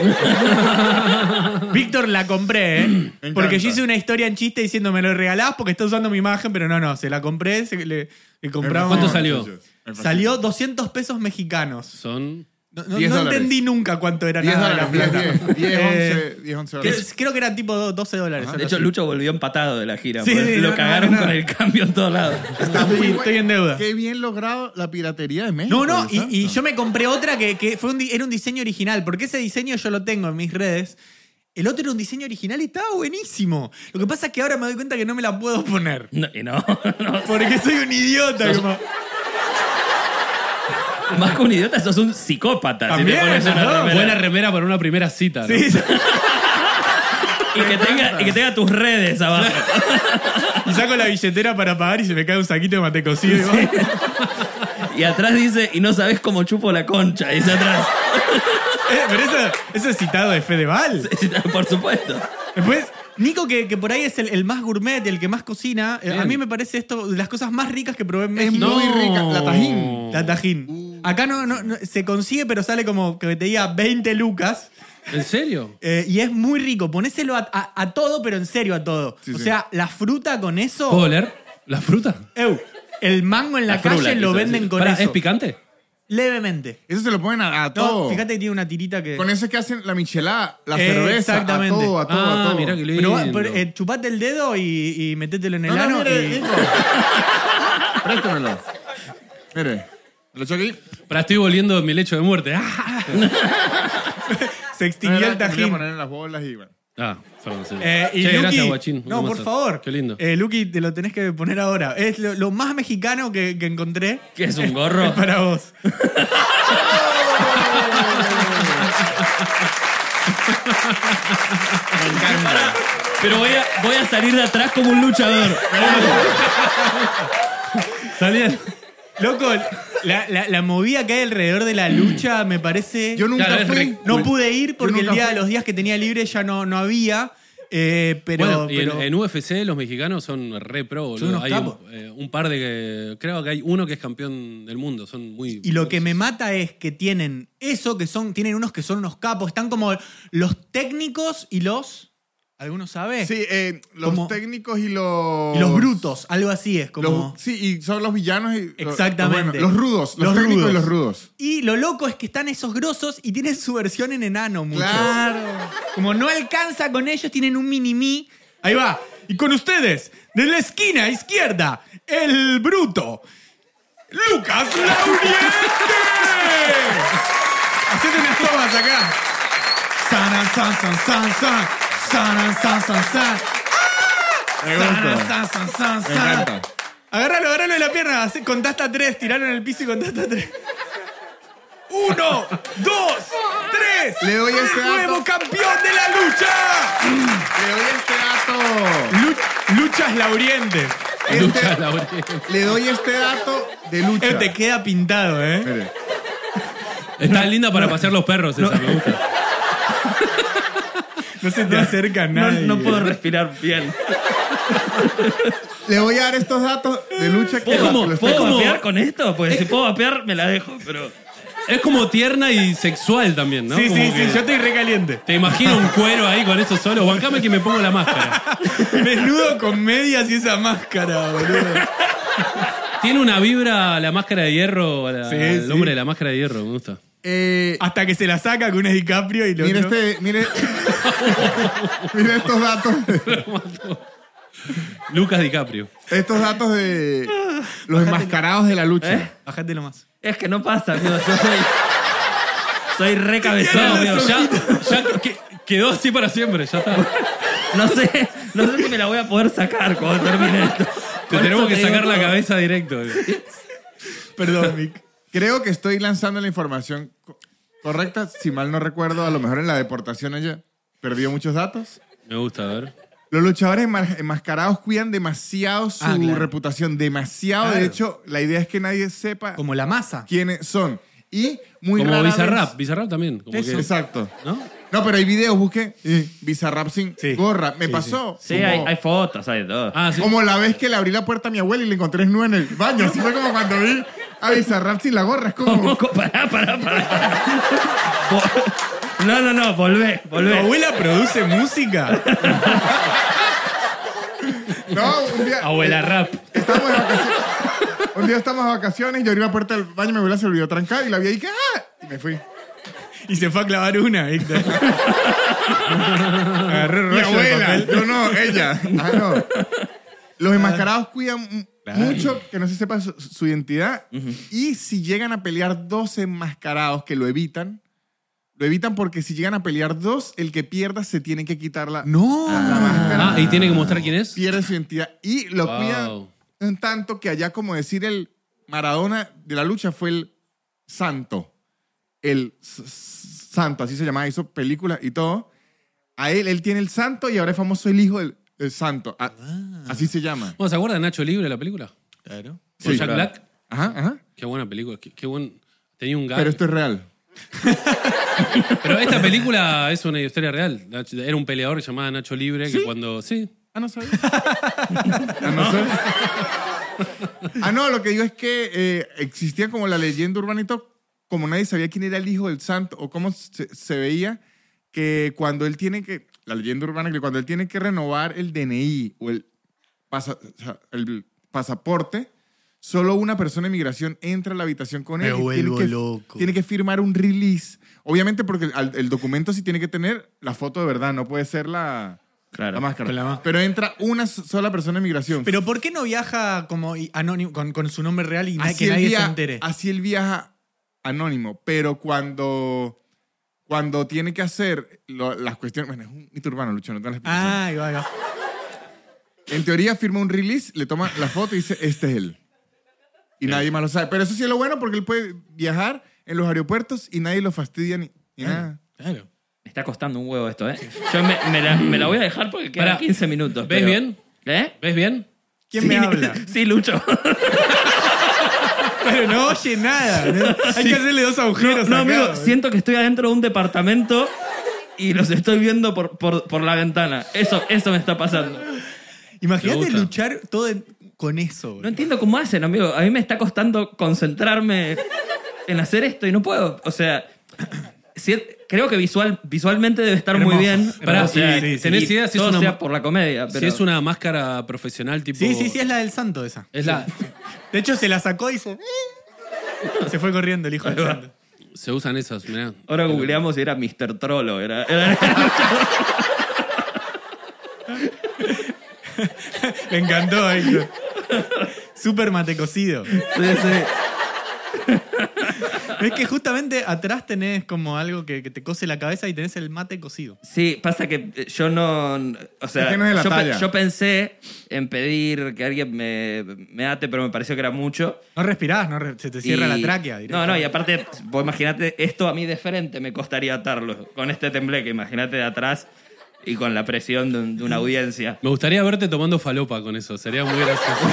Víctor la compré, ¿eh? Me Porque encanta. yo hice una historia en chiste diciendo, me lo regalás porque está usando mi imagen, pero no, no, se la compré, se- le, le compramos. ¿Cuánto salió? Salió 200 pesos mexicanos. Son. No, no- 10 no dólares. entendí nunca cuánto era 10 nada de la dólares, plata. 10, 10, Eh, 11, 10, 11 creo, dólares. creo que era tipo do- 12 dólares. De algo hecho, así. Lucho volvió empatado de la gira. Sí, porque sí, lo no, cagaron no, no. con el cambio en todos lados. Está Estoy- muy bueno. estoy en deuda. Qué bien logrado la piratería de No, México. no, Dios y, santo. y yo me compré otra que, que fue un di- era un diseño original, porque ese diseño yo lo tengo en mis redes. El otro era un diseño original y estaba buenísimo. Lo que pasa es que ahora me doy cuenta que no me la puedo poner. No, y no, no. Porque soy un idiota. como- Más que un idiota, sos un psicópata. si También, te pones una ¿no? remera. Buena remera para una primera cita. ¿no? Sí, sí. Y que, tenga, y que tenga tus redes abajo. Y saco la billetera para pagar y se me cae un saquito de mate cocido. y digo, Y atrás dice, y no sabes cómo chupo la concha, dice atrás. "Eh, Pero eso, eso es citado de Fedeval. Por supuesto. Después, Nico, que, que por ahí es el, el más gourmet, el que más cocina, eh, a mí me parece esto de las cosas más ricas que probé en Es México. muy Oh. Uh. No. rica. La tajín. La tajín. Acá no, no- no- se consigue, pero sale como que te diga 20 lucas. ¿En serio? eh, y es muy rico. Ponéselo a, a- a todo, pero en serio a todo. Sí, o sí. sea, la fruta con eso. ¿Puedo oler la fruta? Eu, el mango en la, La calle frula, lo quiso venden decir. con Pará, eso. ¿Es picante? Levemente. Eso se lo ponen a, a No, todo. fíjate que tiene una tirita que. Con eso es que hacen la michelada, la Eh, cerveza, a exactamente. todo, a todo, a ah, todo. mirá que lindo. Pero, pero, eh, chupate el dedo y, y metételo en el No, no, ano. eh, mire, y- Nico. Préstemelo. Mire, lo echo aquí. Pará, estoy volviendo de mi lecho de muerte. se Ah, extinguió el Ahora le voy a tajín. poner en las bolas y bueno. Ah, perdón. sí. Eh, y Che, Luqui- gracias, guachín. No, ¿Cómo por estás? favor. Qué lindo. Eh, Luqui, te lo tenés que poner ahora. Es lo, lo más mexicano que, que encontré. ¿Qué es un gorro? Es para vos. Pero voy a, voy a salir de atrás como un luchador. Salí al- Loco, la, la- la movida que hay alrededor de la lucha me parece. Yo nunca Claro, es fui. rico. no pude ir porque el nunca día fui. los días que tenía libre ya no, no había. eh, pero. Bueno, y en- pero- en, UFC los mexicanos son re pro. boludo. Son unos hay capos. un, eh, un par de que. Creo que hay uno que es campeón del mundo. Son muy. Y lo que me mata es que tienen eso, que son, tienen unos que son unos capos, están como los técnicos y los. ¿Algunos sabe? Sí, eh, los Como- técnicos y los. Y los brutos, algo así es Los- como. sí, y son los villanos y. los- Exactamente. Los, buenos, los rudos. Los, Los técnicos rudos. y los rudos. Y lo loco es que están esos grosos y tienen su versión en enano mucho. Claro. Como no alcanza con ellos, tienen un mini-mi. Ahí va. Y con ustedes, de la esquina izquierda, el bruto, Lucas Lauriente. Hacete unas tomas acá. Sanan, san, san, san, san. Sanan, san, san, san. Me Sanan, gusta. san, san, san, Me san. encanta. Agárralo, agárralo de la pierna. Hacé- Contá hasta tres. Tiraron en el piso y contá hasta tres. Uno, dos, tres. Le doy ese dato. Nuevo campeón de la lucha. Le doy este dato. Lu- Luchas Lauriente. Este- Lucha la oreja. le doy este dato de lucha. Eh, te queda pintado, ¿eh? Mire, Está linda para pasear los perros, esa, me gusta. No se te acerca No, nadie. no puedo respirar bien. Le voy a dar estos datos de lucha que ¿Puedo, lo- lo estoy- ¿puedo ¿Cómo? vapear con esto? Pues si puedo vapear, me la dejo, pero... Es como tierna y sexual también, ¿no? Sí, Como sí, que- sí. Yo estoy recaliente. Te imagino un cuero ahí con eso solo. Bancame que me pongo la máscara. Menudo con medias y esa máscara, boludo. Tiene una vibra la máscara de hierro, la- Sí, el sí. hombre de la máscara de hierro, me gusta. Eh, Hasta que se la saca con un es DiCaprio y lo mire este, mire, mire estos datos, Lucas DiCaprio. estos datos de los enmascarados de la lucha. ¿Eh? Bájatelo más. Es que no pasa, amigo. Yo soy... Soy re cabezón, No, amigo. amigo, Ya ya, ya que- quedó así para siempre, ya está. no sé, no sé si me la voy a poder sacar cuando termine esto. Te Por tenemos eso que digo sacar la todo. cabeza directo. Perdón, Mick. Creo que estoy lanzando la información co- correcta, si mal no recuerdo, a lo mejor en la deportación ella perdió muchos datos. Me gusta, a ver. Los luchadores enma- enmascarados cuidan demasiado su Ah, claro. reputación, demasiado. Claro. De hecho, la idea es que nadie sepa Como la masa. quiénes son. Y muy Como rara vez- Bizarrap, Bizarrap también. Como que, Exacto. ¿No? No, pero hay videos, busqué Bizarrap sin Sí. gorra. Me pasó. Sí, como, hay, hay fotos, hay de todo. Ah, sí. como la vez que le abrí la puerta a mi abuela y le encontré desnuda en el baño. Así fue como cuando vi a Bizarrap sin la gorra. Es como... Co- Pará, pará, pará. pará. Vo- No, no, no, volvé, ¿Tu volvé. abuela produce música? No, un día... Abuela Rap. Estamos de vacaciones. Un día estamos de vacaciones y yo abrí la puerta del baño y mi abuela se olvidó trancar y la vi ahí que ¡ah! Y me fui. Y se fue a clavar una, Víctor. Agarró el Mi rollo de abuela, papel. yo no, ella. Ah, no. Los enmascarados cuidan m- mucho que no se sepa su, su identidad y si llegan a pelear dos enmascarados que lo evitan, lo evitan porque si llegan a pelear dos, el que pierda se tiene que quitar la, No. la máscara, Ah, y tiene que mostrar quién es. pierde su identidad y lo Wow. cuidan un tanto que allá como decir el Maradona de la lucha fue el santo, el s- s- santo, así se llamaba, hizo películas y todo. A él, él tiene el santo y ahora es famoso el hijo del El santo. A- Ah. Así se llama. Bueno, ¿se acuerda de Nacho Libre, la película? Claro. Con Sí, Jack claro. Black. Ajá, ajá. Qué buena película. Qué, qué buen... Tenía un gag. Pero esto es real. Pero esta película es una historia real. Nach- Era un peleador que se llamaba Nacho Libre que cuando. Sí. Ah, no sabía. ah, no sabía. Ah, no, lo que digo es que eh, existía como la leyenda urbanito, como nadie sabía quién era el hijo del santo o cómo se, se veía, que cuando él tiene que, la leyenda urbana, que cuando él tiene que renovar el DNI o el, pasa- o sea, el pasaporte, solo una persona de migración entra a la habitación con Me él. y vuelvo tiene que, loco. Tiene que firmar un release. Obviamente porque el, al- el documento sí tiene que tener la foto de verdad, no puede ser la... Claro. La máscara. Con la máscara. Pero entra una so- sola persona en migración. Pero ¿por qué no viaja como i- anónimo, con, con su nombre real y na- que él nadie via- se entere? Así él viaja anónimo, pero cuando, cuando tiene que hacer lo- las cuestiones... Bueno, es un mito urbano, Lucho, no te la explicación. Ah, ahí va, ahí va. En teoría firma un release, le toma la foto y dice, este es él. Y nadie más lo sabe. Pero eso sí es lo bueno porque él puede viajar en los aeropuertos y nadie lo fastidia ni, ni nada. Claro. Me está costando un huevo esto, ¿eh? Yo me, me la, me la voy a dejar porque quedan Pará. 15 minutos. ¿Ves pero- bien? ¿Eh? ¿Ves bien? ¿Quién Sí. me habla? Sí, Lucho. Pero no oye nada. ¿no? Hay que hacerle dos agujeros. No, acá, amigo, boludo. siento que estoy adentro de un departamento y los estoy viendo por, por, por la ventana. Eso, eso me está pasando. Me Imagínate gusta. luchar todo en- con eso. No boludo. entiendo cómo hacen, amigo. A mí me está costando concentrarme en hacer esto y no puedo. O sea, si- creo que visual, visualmente debe estar muy Hermoso, bien. eh, Pará, o sea, sí, sí, sí. ¿Tenés y idea si es todo una sea ma- por la comedia. Pero Si es una máscara profesional tipo. Sí, sí, sí, es la del santo esa. Es la. De hecho, se la sacó y se... Se fue corriendo el hijo del santo. Se usan esas, mirá. Ahora googleamos y era Mr. Trollo. Era, era- Le encantó ahí. ¿no? Súper mate cocido. sí, sí. Es que justamente atrás tenés como algo que, que te cose la cabeza y tenés el mate cocido. Sí, pasa que eh, yo no. O sea, Es que no es de la yo, pe- talla. yo pensé en pedir que alguien me, me ate, pero me pareció que era mucho. No respirás, no re- se te cierra Y- la tráquea. No, no, y directamente. aparte, vos imaginate, esto a mí de frente me costaría atarlo. Con este tembleque, imagínate de atrás y con la presión de, un- de una audiencia. Me gustaría verte tomando falopa con eso. Sería muy gracioso.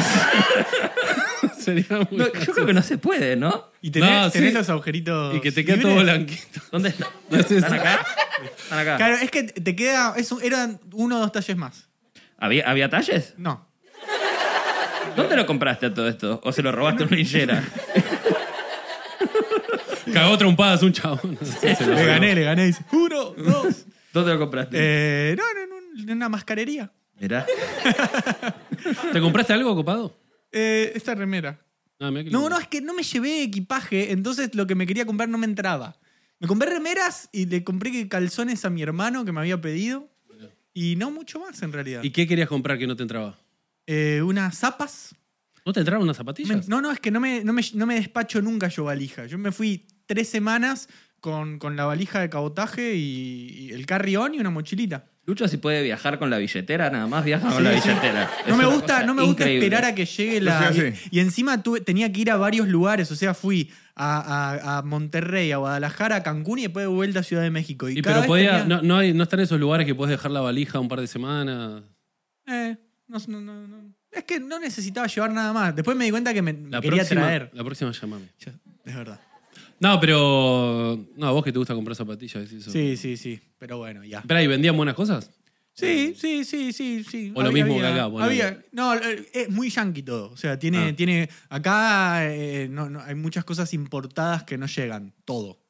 Sería muy No, gracioso. yo creo que no se puede, ¿no? Y tenés, No, sí. tenés los agujeritos. Y que te queda libres. todo blanquito. ¿Dónde está? No sé, ¿Están sí. acá? ¿Están acá? Claro, es que te queda. es un- eran uno o dos talles más. ¿Había, ¿Había talles? No. ¿Dónde lo compraste a todo esto? ¿O se lo robaste a una linchera? Cagó trompadas un chabón. Se lo Le robó. gané, le gané. Dice, uno, dos. ¿Dónde lo compraste? Eh, no, no, en, un- en una mascarería. Mirá. ¿Te compraste algo, copado? Eh, esta remera. Ah, mirá que No, lindo. no, es que no me llevé equipaje, entonces lo que me quería comprar no me entraba. Me compré remeras y le compré calzones a mi hermano que me había pedido. Y no mucho más en realidad. ¿Y qué querías comprar que no te entraba? Eh, unas zapas. ¿No te entraron unas Me- zapatillas? no, no, es que no me, no, me, no me despacho nunca yo valija. Yo me fui tres semanas con, con la valija de cabotaje y, y el carry-on y una mochilita. Lucho si puede viajar con la billetera, nada más viaja con Sí, la sí. billetera. Es No me una gusta, cosa no me gusta increíble. esperar a que llegue O la. sea, y, sí. y encima tuve- tenía que ir a varios lugares. O sea, fui a, a- a Monterrey, a Guadalajara, a Cancún y después de vuelta a Ciudad de México. Y, Y cada pero vez podía, tenía- no, no, hay, no están esos lugares que puedes dejar la valija un par de semanas. Eh, no, no, no, no. Es que no necesitaba llevar nada más. Después me di cuenta que me me La quería próxima, traer. La próxima llamame. Yo- es verdad. No, pero. No, vos que te gusta comprar zapatillas. decís Eso. Sí, sí, sí. Pero bueno, ya. Espera, ¿y vendían buenas cosas? Sí, sí, sí, sí, sí. Eh, O lo mismo que acá, bueno. había- no, eh, es muy yankee todo. O sea, tiene, Ah. tiene. Acá eh, no, no, hay muchas cosas importadas que no llegan. Todo.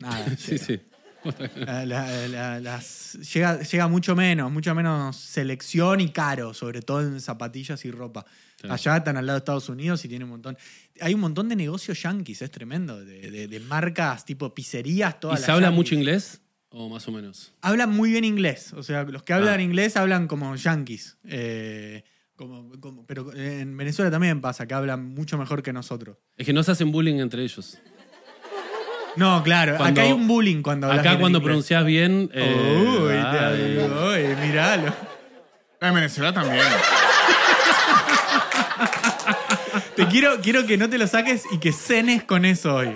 Nada. Sí, llega. sí. La- la- la- las- llega, llega mucho menos, mucha menos selección y caro, sobre todo en zapatillas y ropa. Claro. Allá están al lado de Estados Unidos y tiene un montón. Hay un montón de negocios yankees, es tremendo. De, de- de marcas tipo pizzerías, ¿Y todas se las habla yankees. mucho inglés? ¿O más o menos? hablan muy bien inglés. O sea, los que hablan Ah. inglés hablan como yanquis. Eh, como, como- pero en Venezuela también pasa que hablan mucho mejor que nosotros. Es que no se hacen bullying entre ellos. No, claro. Cuando- acá hay un bullying cuando hablas Acá bien cuando en inglés. pronunciás bien. eh, Uy, ay. te digo, uy, miralo. La de Venezuela también. Te quiero, quiero que no te lo saques y que cenes con eso hoy.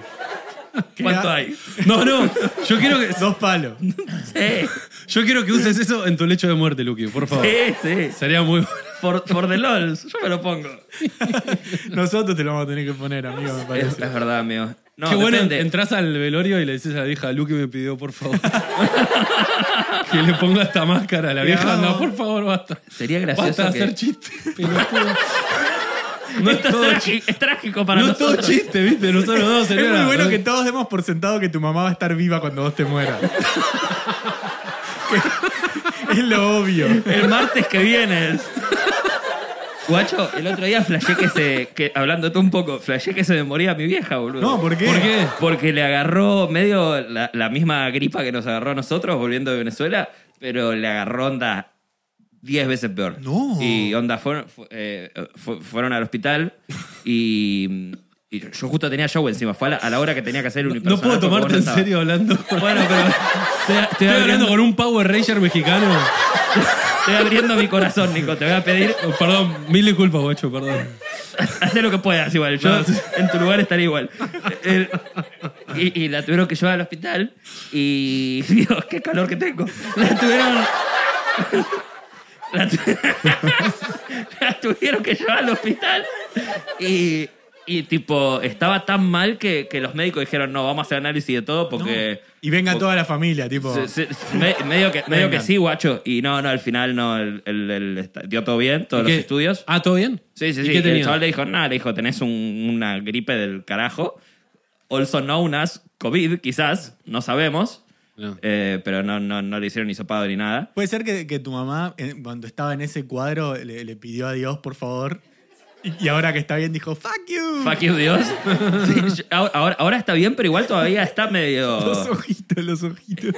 ¿Cuánto da- hay? No, no. Yo quiero que, Dos palos. Sí, yo quiero que uses eso en tu lecho de muerte, Luqui, por favor. sí, sí. Sería muy bueno. Por, por the LOLs, yo me lo pongo. Nosotros te lo vamos a tener que poner, amigo, me Es, parece. es verdad, amigo. No, Qué bueno, depende. entras al velorio y le dices a la vieja, Luqui me pidió, por favor. que le ponga esta máscara. La vieja anda, vamos. por favor, basta. Sería Basta de gracioso hacer que... chistes. pelotudo. No es, trágico, es trágico para No es todo nosotros. chiste, viste, nosotros dos. Es señora. muy bueno que todos demos por sentado que tu mamá va a estar viva cuando vos te mueras. Que- es lo obvio. El martes que viene. Guacho, el otro día flashé que se. Que, hablando tú un poco, flashé que se me moría mi vieja, boludo. No, ¿por qué? ¿Por qué? Porque le agarró medio la, la misma gripa que nos agarró a nosotros volviendo de Venezuela, pero le agarró onda 10 veces peor. No. Y onda fueron, fu- eh, fu- fueron al hospital y, y yo justo tenía show encima. Fue a la, a la hora que tenía que hacer un No puedo tomarte en serio hablando. Bueno, pero estoy, estoy Estoy hablando abriendo, con un Power Ranger mexicano. estoy abriendo mi corazón, Nico. Te voy a pedir Oh, Perdón, mil disculpas, guacho, perdón. Hacé lo que puedas igual. Yo No, sí. en tu lugar estaría igual. El- y, y la tuvieron que llevar al hospital y... Dios, qué calor que tengo. La tuvieron... La, tu- la tuvieron que llevar al hospital y, y tipo, estaba tan mal que, que los médicos dijeron, no, vamos a hacer análisis de todo porque... Y venga porque- toda la familia, tipo. se- se- se- me- medio, que, medio que Vengan. sí, guacho. Y no, no, al final no, el, el- el- está- dio todo bien, todos los ¿Qué? estudios. Ah, ¿todo bien? Sí, sí, ¿Y sí. qué Y el tenía? chaval le dijo, nada, le dijo, tenés un- una gripe del carajo. Also known as COVID, quizás, no sabemos. No. Eh, pero no, no, no le hicieron ni sopado ni nada. Puede ser que, que tu mamá, en- cuando estaba en ese cuadro, le, le pidió a Dios, por favor. Y, y ahora que está bien, dijo, fuck you. Fuck you, Dios. Sí, yo- ahora, ahora está bien, pero igual todavía está medio. Los ojitos, los ojitos.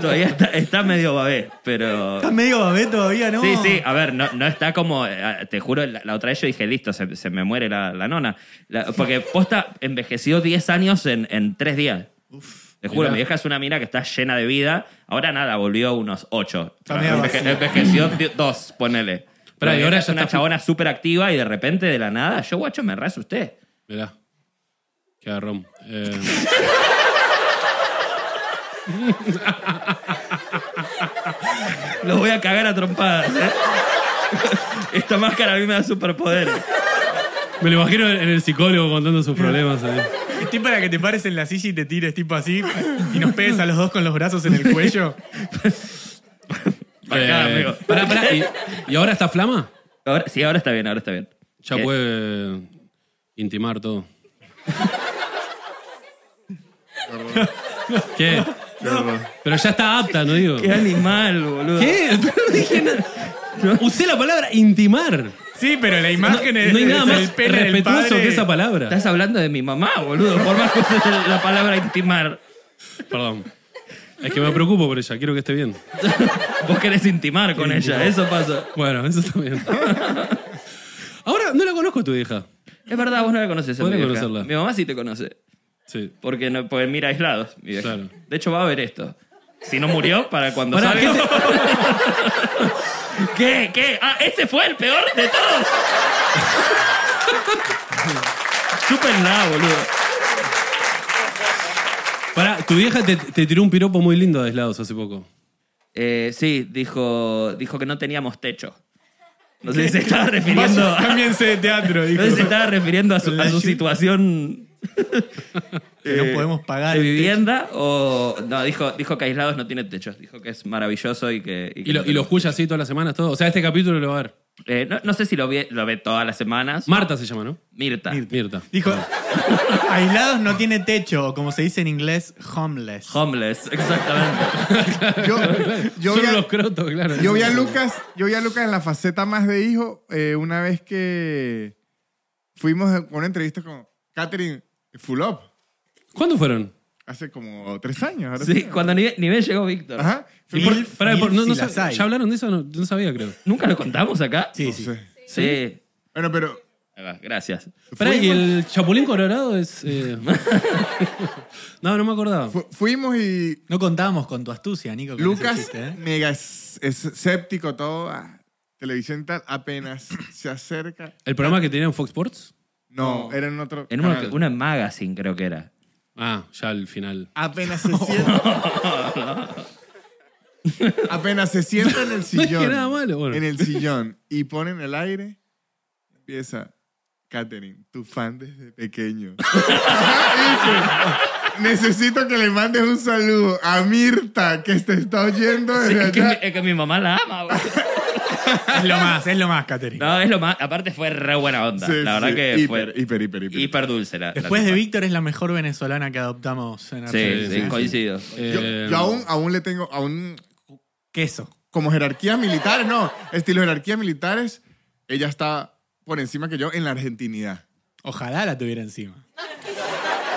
Todavía está, está medio babé, pero. Está medio babé todavía, ¿no? Sí, sí, a ver, no, no está como. eh, Te juro, la, la otra vez yo dije, listo, se, se me muere la, la nona. La- porque posta envejeció 10 años en, en 3 días. Te juro, Mirá. mi vieja es una mina que está llena de vida. Ahora nada, volvió unos 8. Está medio vacía. envejeció 2, ponele. Pará, Pero y ahora es ya una está- chabona súper activa y de repente de la nada, yo guacho me re asusté. Mirá. Qué agarrón. Eh, Los voy a cagar a trompadas. ¿eh? Esta máscara a mí me da superpoderes. me lo imagino en el psicólogo contando sus problemas. ahí. Estoy para que te pares en la silla y te tires, tipo así, y nos pegues a los dos con los brazos en el cuello. Acá, Eh, amigo. Pará, pará. ¿Y, y ahora está Flama? Ahora- sí, ahora está bien, ahora está bien. Ya Eh, puede intimar todo. ¿Qué? Pero ya está apta, ¿no digo? Qué animal, boludo. ¿Qué? Pero no dije nada. Usé la palabra intimar. Sí, pero la imagen es, No hay nada es el más pene del respetuoso padre. que esa palabra. Estás hablando de mi mamá, boludo. Por más que uses la palabra intimar. Perdón. Es que me preocupo por ella, quiero que esté bien. Vos querés intimar con ella, eso pasa. Bueno, eso está bien. Ahora, no la conozco a tu hija. Es verdad, vos no la conoces. a mi Podría vieja. conocerla. Mi mamá sí te conoce. Sí. Porque, no, porque mira aislados. mi vieja. Claro. De hecho, va a ver esto. Si no murió, para cuando Pará, salga. ¿Qué? ¿Qué? Ah, ese fue el peor de todos. Chúpenla, boludo. Pará, tu vieja te, te tiró un piropo muy lindo de aislados hace poco. Eh, sí, dijo, dijo que no teníamos techo. No sé si se estaba refiriendo Vayan, a, cámbiense de teatro, dijo. no sé si se estaba refiriendo a su, a su La- situación Que no eh, podemos pagar. de el techo. vivienda o... No, dijo, dijo que aislados no tiene techos. Dijo que es maravilloso y que... que no Y lo, y lo tenemos- escucha así todas las semanas, todo. O sea, este capítulo lo va a ver. Eh, no, no sé si lo, vi- lo ve todas las semanas. Marta se llama, ¿no? Mirta. Mirta. Dijo, aislados no tiene techo, o como se dice en inglés, homeless. Homeless, exactamente. Yo, yo, vi Solo los a, crotos, claro. yo vi a Lucas, yo vi a Lucas en la faceta más de hijo eh, una vez que fuimos a una entrevista con Catherine Fulop ¿Cuándo fueron? hace como tres años. ahora Sí, sí. cuando ni, ni bien llegó Víctor. Ajá. Mil- Fuimos- mil Pará, por- no, si no las sab- hay. ¿Ya hablaron de eso? No, no sabía, creo. ¿Nunca lo contamos acá? Sí, no sí. sé. Sí. Bueno, pero Ahí va, Gracias. Pará, ¿y Fuimos. el Chapulín Colorado es...? eh? no, no me acordaba. fu- fuimos y No contábamos con tu astucia, Nico. con ese Lucas, chiste, ¿eh? mega es- es- escéptico todo, ah, televisión y tal, apenas se acerca. ¿El programa que tenía en Fox Sports? No, era en otro. En una, canal. una magazine creo que era. Ah, ya al final. Apenas se sienta. Apenas se sienta en el sillón. nada malo, bueno. En el sillón. Y ponen el aire. Empieza. Katherine, tu fan desde pequeño. Dice, Necesito que le mandes un saludo a Mirta, que te está oyendo Sí, desde es, que, allá. mi- es que mi mamá la ama, güey. Es lo más, es lo más, Catherine. No, es lo más. Aparte fue re buena onda. Sí, la verdad sí, que hiper, fue hiper, hiper, hiper. hiper dulce la. la Después de tipa. Víctor es la mejor venezolana que adoptamos en Sí, Argentina. sí, coincido. Yo, Eh, yo aún, aún le tengo, aún Queso. como jerarquías militares, no, estilo jerarquías militares, ella está por encima que yo en la argentinidad. Ojalá la tuviera encima.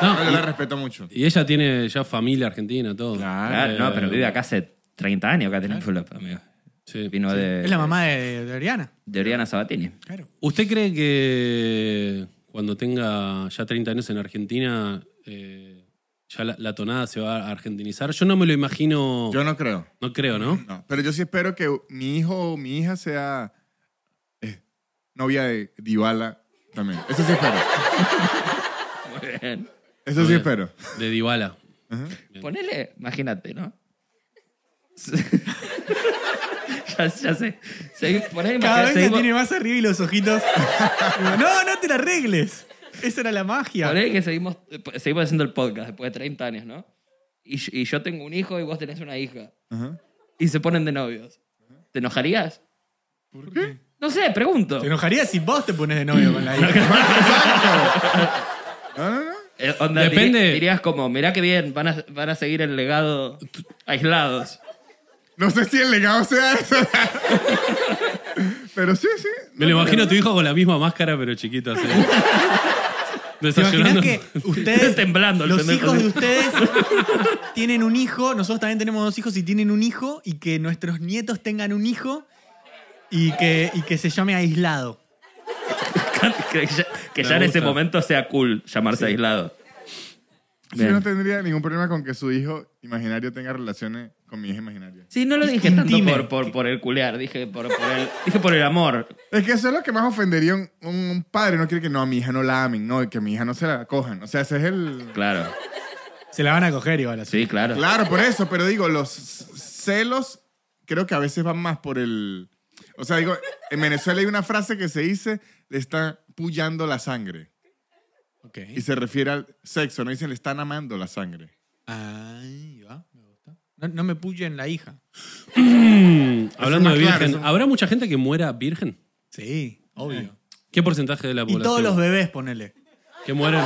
no, Yo la respeto mucho. y, y ella tiene ya familia argentina, todo. Claro. Claro, Eh, no, pero vive acá hace 30 años, Catherine Fulop, amigo. sí. Vino de. Es la mamá de, de Oriana. De Oriana Sabatini. Claro. ¿Usted cree que cuando tenga ya 30 años en Argentina, eh, ya la, la tonada se va a argentinizar? Yo no me lo imagino. Yo no creo. No creo, ¿no? No, pero yo sí espero que mi hijo o mi hija sea eh, novia de Dybala también. Eso sí espero. Muy bien. Eso sí Bien. espero. De Dybala. Ponele, imagínate, ¿no? ya, ya sé. Segui- ponele, Cada vez imagínate, se seguimos- tiene más arriba y los ojitos. no, no te la arregles. Esa era la magia. ponele que seguimos, eh, seguimos haciendo el podcast después de 30 años, ¿no? Y, yo- y yo tengo un hijo y vos tenés una hija. Ajá. Y se ponen de novios. ¿Te enojarías? ¿Por qué? No sé, pregunto. Te enojaría si vos te pones de novio con la hija. No, no, no. Eh, onda, diri- Depende. Dirías como, mirá qué bien, van a, van a seguir el legado aislados. No sé si el legado sea eso. pero sí, sí. Me lo imagino a tu hijo con la misma máscara, pero chiquita. así. ¿Te imaginas Desayunando. que ustedes, Temblando el los pendejo, hijos sí. de ustedes, tienen un hijo? Nosotros también tenemos dos hijos y tienen un hijo y que nuestros nietos tengan un hijo y que, y que se llame aislado. que ya, que Me ya en ese gusta. momento sea cool llamarse aislado. Yo Bien. no tendría ningún problema con que su hijo imaginario tenga relaciones con mi hija imaginaria. Sí, no lo dije Intime. tanto por, por, por el culear, dije por, por el, dije por el amor. Es que eso es lo que más ofendería un, un padre. No quiere que no, a mi hija no la amen, no, que a mi hija no se la cojan. O sea, ese es el. Claro, Se la van a coger igual así. sí, claro. Claro, por eso, pero digo, los celos creo que a veces van más por el. O sea, digo, en Venezuela hay una frase que se dice, le están pullando la sangre. Ok. Y se refiere al sexo, no dicen, le están amando la sangre. Ahí va, me gusta. No, no me puyen la hija. Mm, Hablando más de claro, virgen, eso es- ¿habrá mucha gente que muera virgen? Sí, obvio. ¿Qué porcentaje de la Y población? todos los bebés, ponele. que mueren.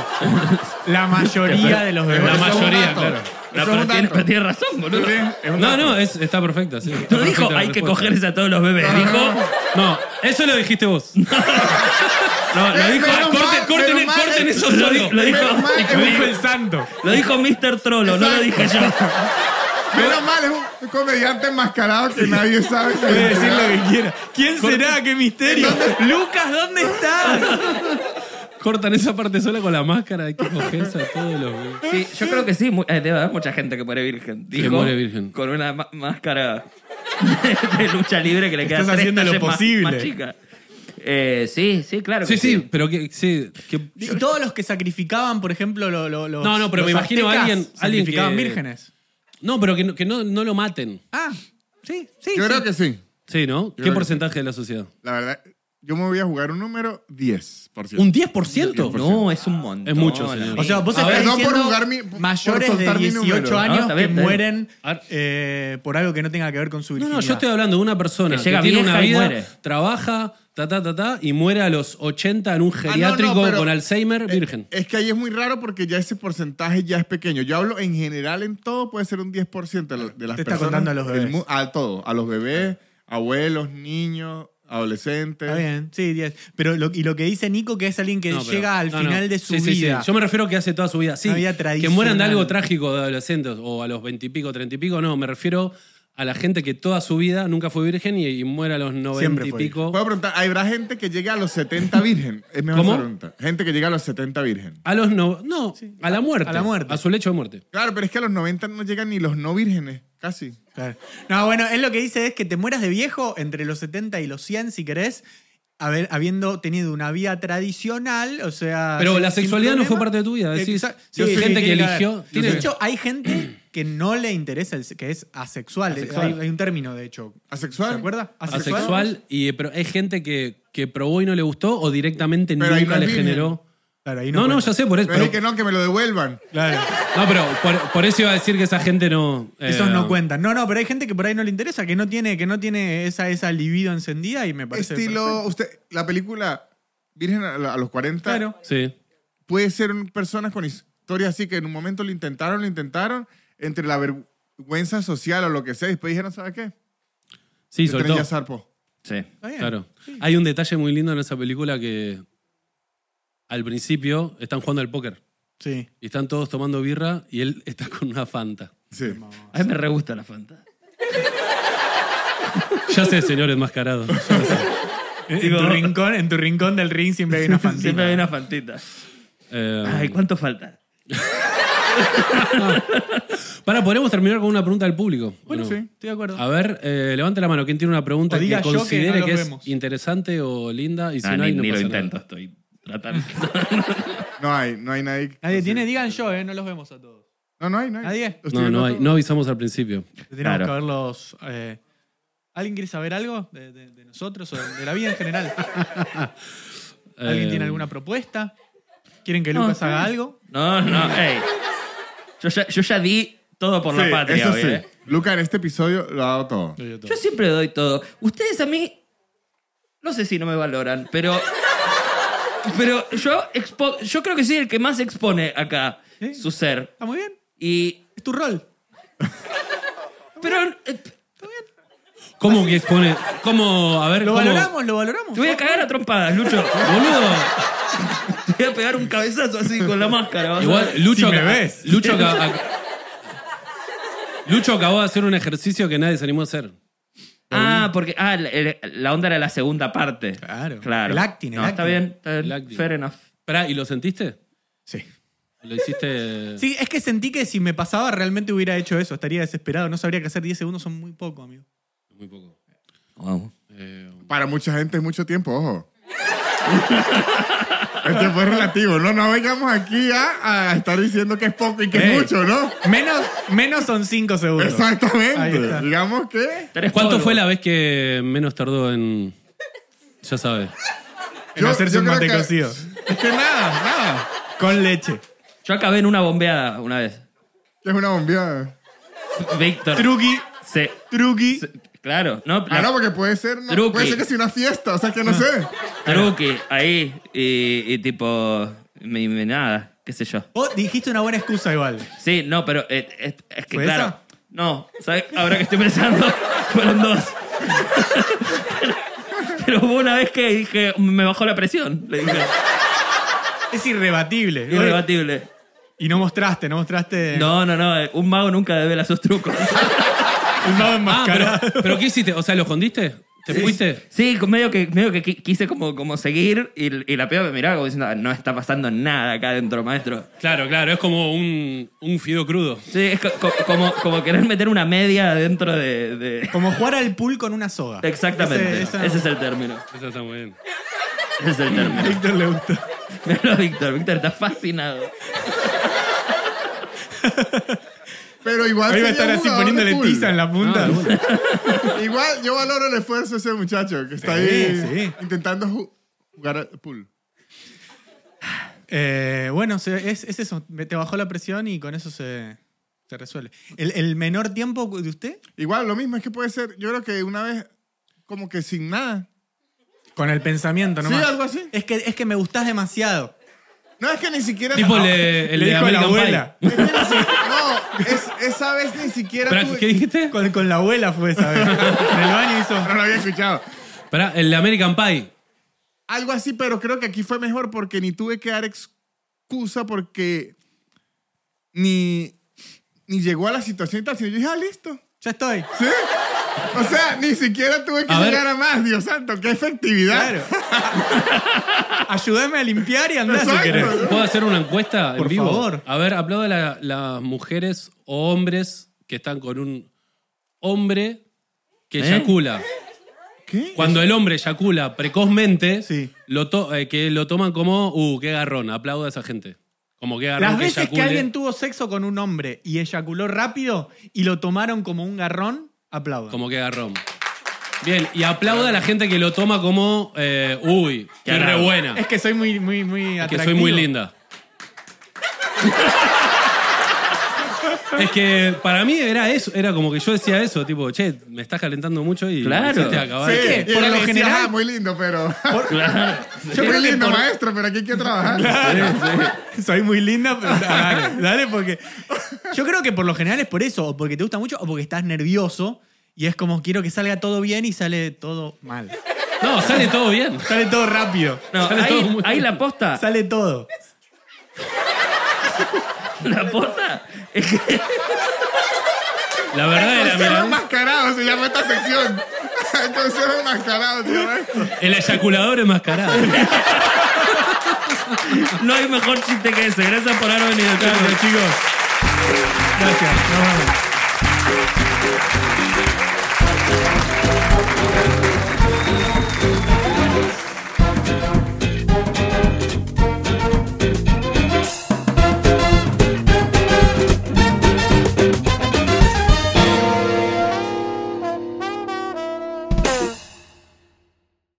La mayoría de los La bebés. Eso es un mayoría, dato. claro. Eso No, es pero un tiene, dato. pero tiene razón, boludo. Sí, es un No, dato. no, es- está perfecta. sí. Está No dijo, perfecta la hay que respuesta". cogerse a todos los bebés. Dijo, No, eso lo dijiste vos. No, lo Eh, dijo. menos Corten, mal, corten, menos mal, corten eh, eso lo, solo. di- lo dijo, Menos mal que lo me dijo- el santo. lo dijo Mr. Trollo, no lo dije yo. Menos mal, es un comediante enmascarado que nadie sabe. su Puede decir identidad. lo que quiera. ¿Quién será? ¿Qué misterio? Lucas, ¿dónde estás? Cortan esa parte sola con la máscara. Hay que cogerse a todos los. Sí, yo creo que sí, mu- eh, debe haber mucha gente que muere virgen. Dijo, muere virgen. Con una ma- máscara de, de lucha libre que le queda Estás tres haciendo lo talles más- posible. Más, chica. Eh, sí, sí, claro. Sí, que sí, pero que. Sí, que- Y todos los que sacrificaban, por ejemplo, lo- lo- los. No, no, pero los me imagino a aztecas alguien- alguien Sacrificaban que- vírgenes. No, pero que, no, que no, no lo maten. Ah, sí, sí. Yo sí. creo que sí. Sí, ¿no? ¿Qué creo que porcentaje de la sociedad? La verdad, yo me voy a jugar un número 10, por cierto. ¿Un 10%? No, es un montón. Es mucho, señor. amigo. O sea, vos A estás ver, no por diciendo jugar mi- por mayores de soltar mi 18 número. No, años está que bien, está bien. mueren Ar- eh, por algo que no tenga que ver con su No, virginidad. no, yo estoy hablando de una persona Que que, llega tiene vieja una y vida, muere. trabaja, ta, ta, ta, ta, y muere a los 80 en un geriátrico pero- con Alzheimer Eh, virgen. Es que ahí es muy raro porque ya ese porcentaje ya es pequeño. Yo hablo en general, en todo puede ser un 10% de lo- de las Te está personas. contando a los del bebés. Ah. mu- A todo, a los bebés, abuelos, niños, adolescentes. Está bien, sí, 10. Pero lo, y lo que dice Nico, que es alguien que No, pero- llega al no, no. final de su Sí, sí, sí. vida. Yo me refiero que hace toda su vida. Sí, Una vida que tradicional. mueran de algo trágico de adolescentes o a los 20 y pico, 30 y pico. No, me refiero a la gente que toda su vida nunca fue virgen y, y muere a los 90 Siempre y fue pico. Puedo preguntar, ¿habrá gente que llegue a los 70 virgen? Es mejor ¿Cómo? esa pregunta. Gente que llega a los 70 virgen. A los no, no a la muerte. a la muerte. A su lecho de muerte. Claro, pero es que a los 90 no llegan ni los no vírgenes, casi. Claro. No, bueno, él lo que dice es que te mueras de viejo entre los 70 y los 100, si querés, haber- habiendo tenido una vía tradicional, o sea... Pero sin- la sin sexualidad no fue problema. parte de tu vida. decís, Exacto. sí, hay gente que eligió. tiene- De hecho, hay gente que no le interesa, el se- que es asexual. Asexual. Hay, hay un término, de hecho. ¿Asexual? ¿Se acuerda? asexual, y, pero hay gente que, que probó y no le gustó o directamente Pero ahí nunca no le es virgen. generó. Claro, ahí no No, no, cuenta. ya sé, por eso. Pero dije pero- que no, que me lo devuelvan. Claro. No, pero por, por eso iba a decir que esa gente no. Esos eh, no cuentan. No, no, pero hay gente que por ahí no le interesa, que no tiene, que no tiene esa, esa libido encendida y me parece. Estilo, perfecto. usted, la película Virgen a, la- a los 40 Claro. Sí. puede ser un- personas con historias así que en un momento lo intentaron, lo intentaron, entre la vergüenza social o lo que sea, y después dijeron, ¿sabes qué? Sí, El tren soltó. ya zarpó. Sí. Está bien. Claro. Hay un detalle muy lindo en esa película que al principio están jugando al póker Sí. y están todos tomando birra y él está con una Fanta. Sí. A mí me re gusta la Fanta. Ya sé, señor enmascarado. En, en tu rincón, en tu rincón del ring siempre hay una fantasía. Siempre hay una Fantita. Eh, Ay, ¿cuánto falta? Para, podríamos terminar con una pregunta del público. ¿o Bueno, no? sí. Estoy de acuerdo. A ver, eh, levante la mano. ¿Quién tiene una pregunta O diga que yo que no considere que, lo es vemos. interesante o linda? Y si Ah, no, ni, hay, no ni lo pasa intento, nada. estoy tratando. No hay, no hay nadie. que- Nadie tiene, digan yo, eh, no los vemos a todos. No, no hay, no hay. Nadie. Los No, tienen no, a hay, todos. no avisamos al principio. Tenemos que Claro. verlos. eh, ¿Alguien quiere saber algo de, de- de nosotros o de la vida en general? ¿Alguien Eh, tiene alguna propuesta? ¿Quieren que Lucas está haga bien. algo? No, no, ey. Yo ya, yo ya di todo por Sí, la patria eso hoy, sí. ¿eh? Luca, en este episodio lo ha dado todo. Yo siempre doy todo. Ustedes a mí. No sé si no me valoran, pero. Pero yo, expo- yo creo que soy el que más expone acá Sí. su ser. Está muy bien. Y. Es tu rol. Pero. eh, ¿Cómo que expone? ¿Cómo? A ver, Lo ¿cómo? valoramos, lo valoramos. Te voy a cagar a trompadas, Lucho. Boludo. Te voy a pegar un cabezazo así con la máscara. vas a ver. Igual, Lucho. Si me acá- ves. Lucho, acá- acá- Lucho acabó de hacer un ejercicio que nadie se animó a hacer. Ah, porque. Ah, la, la onda era la segunda parte. Claro. Claro. El acting, el No, está acting. bien, está bien. El acting. Fair enough. Pará, ¿y lo sentiste? Sí. ¿Lo hiciste? Sí, es que sentí que si me pasaba realmente hubiera hecho eso. Estaría desesperado. No sabría qué hacer. 10 segundos son muy poco, amigo. Muy poco. Wow. Eh, Para mucha gente es mucho tiempo, ojo. este fue relativo. No, no vengamos aquí a, a estar diciendo que es poco y que Ey. es mucho, ¿no? Menos, menos son 5 segundos. Ahí Exactamente. está. Digamos que. ¿Cuánto fue la vez que menos tardó en.? Ya sabes. En hacerse un creo mate que- cocido. Es que nada, nada. Con leche. Yo acabé en una bombeada una vez. Que es una bombeada. Víctor. Truqui, se- truqui. se- claro, no, Ah, la- no, porque puede ser. No, Truqui. puede ser que sea una fiesta, o sea que no sé. Truqui, ahí, y, y tipo, me- me- nada, qué sé yo. Vos dijiste una buena excusa igual. Sí, no, pero eh, es, es que ¿Fue claro. esa? No, ¿sabes? Ahora que estoy pensando, fueron dos. pero, pero hubo una vez que dije, me bajó la presión, le dije, Es irrebatible. irrebatible. Y no mostraste, no mostraste No, no, no, eh, un mago nunca devela sus trucos. un mago Ah, enmascarado. pero, pero ¿qué hiciste? O sea, ¿lo escondiste? ¿Te fuiste? Sí, con- medio que, medio que qui- quise como, como seguir y, y la piba me miraba como diciendo, "Ah, no está pasando nada acá adentro, maestro. Claro, claro, es como un, un fideo crudo. Sí, es co- co- como, como querer meter una media dentro de... de- Como jugar al pool con una soga. Ese- Exactamente, esa- ese es el término. Eso está muy bien. Ese es el término. A Víctor le gustó. Míralo a Víctor, Víctor está fascinado. Pero igual. Ahí va a sería estar un así jugador de poniéndole pool. tiza en la Ah, punta. Igual yo valoro el esfuerzo de ese muchacho que está Sí, ahí sí. intentando ju- jugar al pool. Eh, bueno, se- es, es eso. Me- Te bajó la presión y con eso se, se resuelve. ¿El, el menor tiempo de usted? Igual lo mismo, es que puede ser. Yo creo que una vez, como que sin nada. Con el pensamiento Sí, nomás. algo así. Es que, es que me gustás demasiado. No es que ni siquiera. Tipo no, el de, el Le de dijo a la American abuela. Pie. es que ni si- no, es- esa vez ni siquiera. Pará, tuve- ¿Qué dijiste? Con, con la abuela fue esa vez. en el baño hizo. No lo había escuchado. Pará, el de American Pie. Algo así, pero creo que aquí fue mejor porque ni tuve que dar excusa porque ni, ni llegó a la situación y tal, sino yo dije, ah, listo. Ya estoy. ¿Sí? O sea, ni siquiera tuve que A ver. llegar a más, Dios santo, qué efectividad. Claro. Ayúdame a limpiar y andar si Exacto. querés. ¿Puedo hacer una encuesta Por en vivo? favor. A ver, aplauda la- las mujeres o hombres que están con un hombre que ¿Eh? eyacula. ¿Qué? Cuando el hombre eyacula precozmente, Sí. lo to- eh, que lo toman como, uh, qué garrón, aplauda a esa gente. Como qué garrón Las que veces que eyacule. alguien tuvo sexo con un hombre y eyaculó rápido y lo tomaron como un garrón, aplaudan. Como que garrón. Bien, y aplauda a la gente que lo toma como, eh, uy, Qué qué re raro. buena, Es que soy muy, muy, muy que atractivo. soy muy linda. es que para mí era eso, era como que yo decía eso, tipo, che, me estás calentando mucho y Claro. me hiciste acabar. Sí, ¿Qué? y Por él lo decía, general- "Ah, muy lindo, pero... Claro. Yo muy creo que lindo, por- maestro, pero aquí hay que trabajar. ¿eh? Soy muy linda, pero dale, dale, porque. Yo creo que por lo general es por eso, o porque te gusta mucho, o porque estás nervioso y es como quiero que salga todo bien y sale todo mal. No, sale todo bien. Sale todo rápido. No, Sale todo ahí, muy ahí bien. la posta. Sale todo. La posta es que La verdad era, Consejo mira, enmascarado se llama esta sección. Consejo enmascarado se llama esto. el eyaculador enmascarado. no hay mejor chiste que ese. Gracias por haber venido. chicos. Gracias, chicos. Gracias. Nos vemos.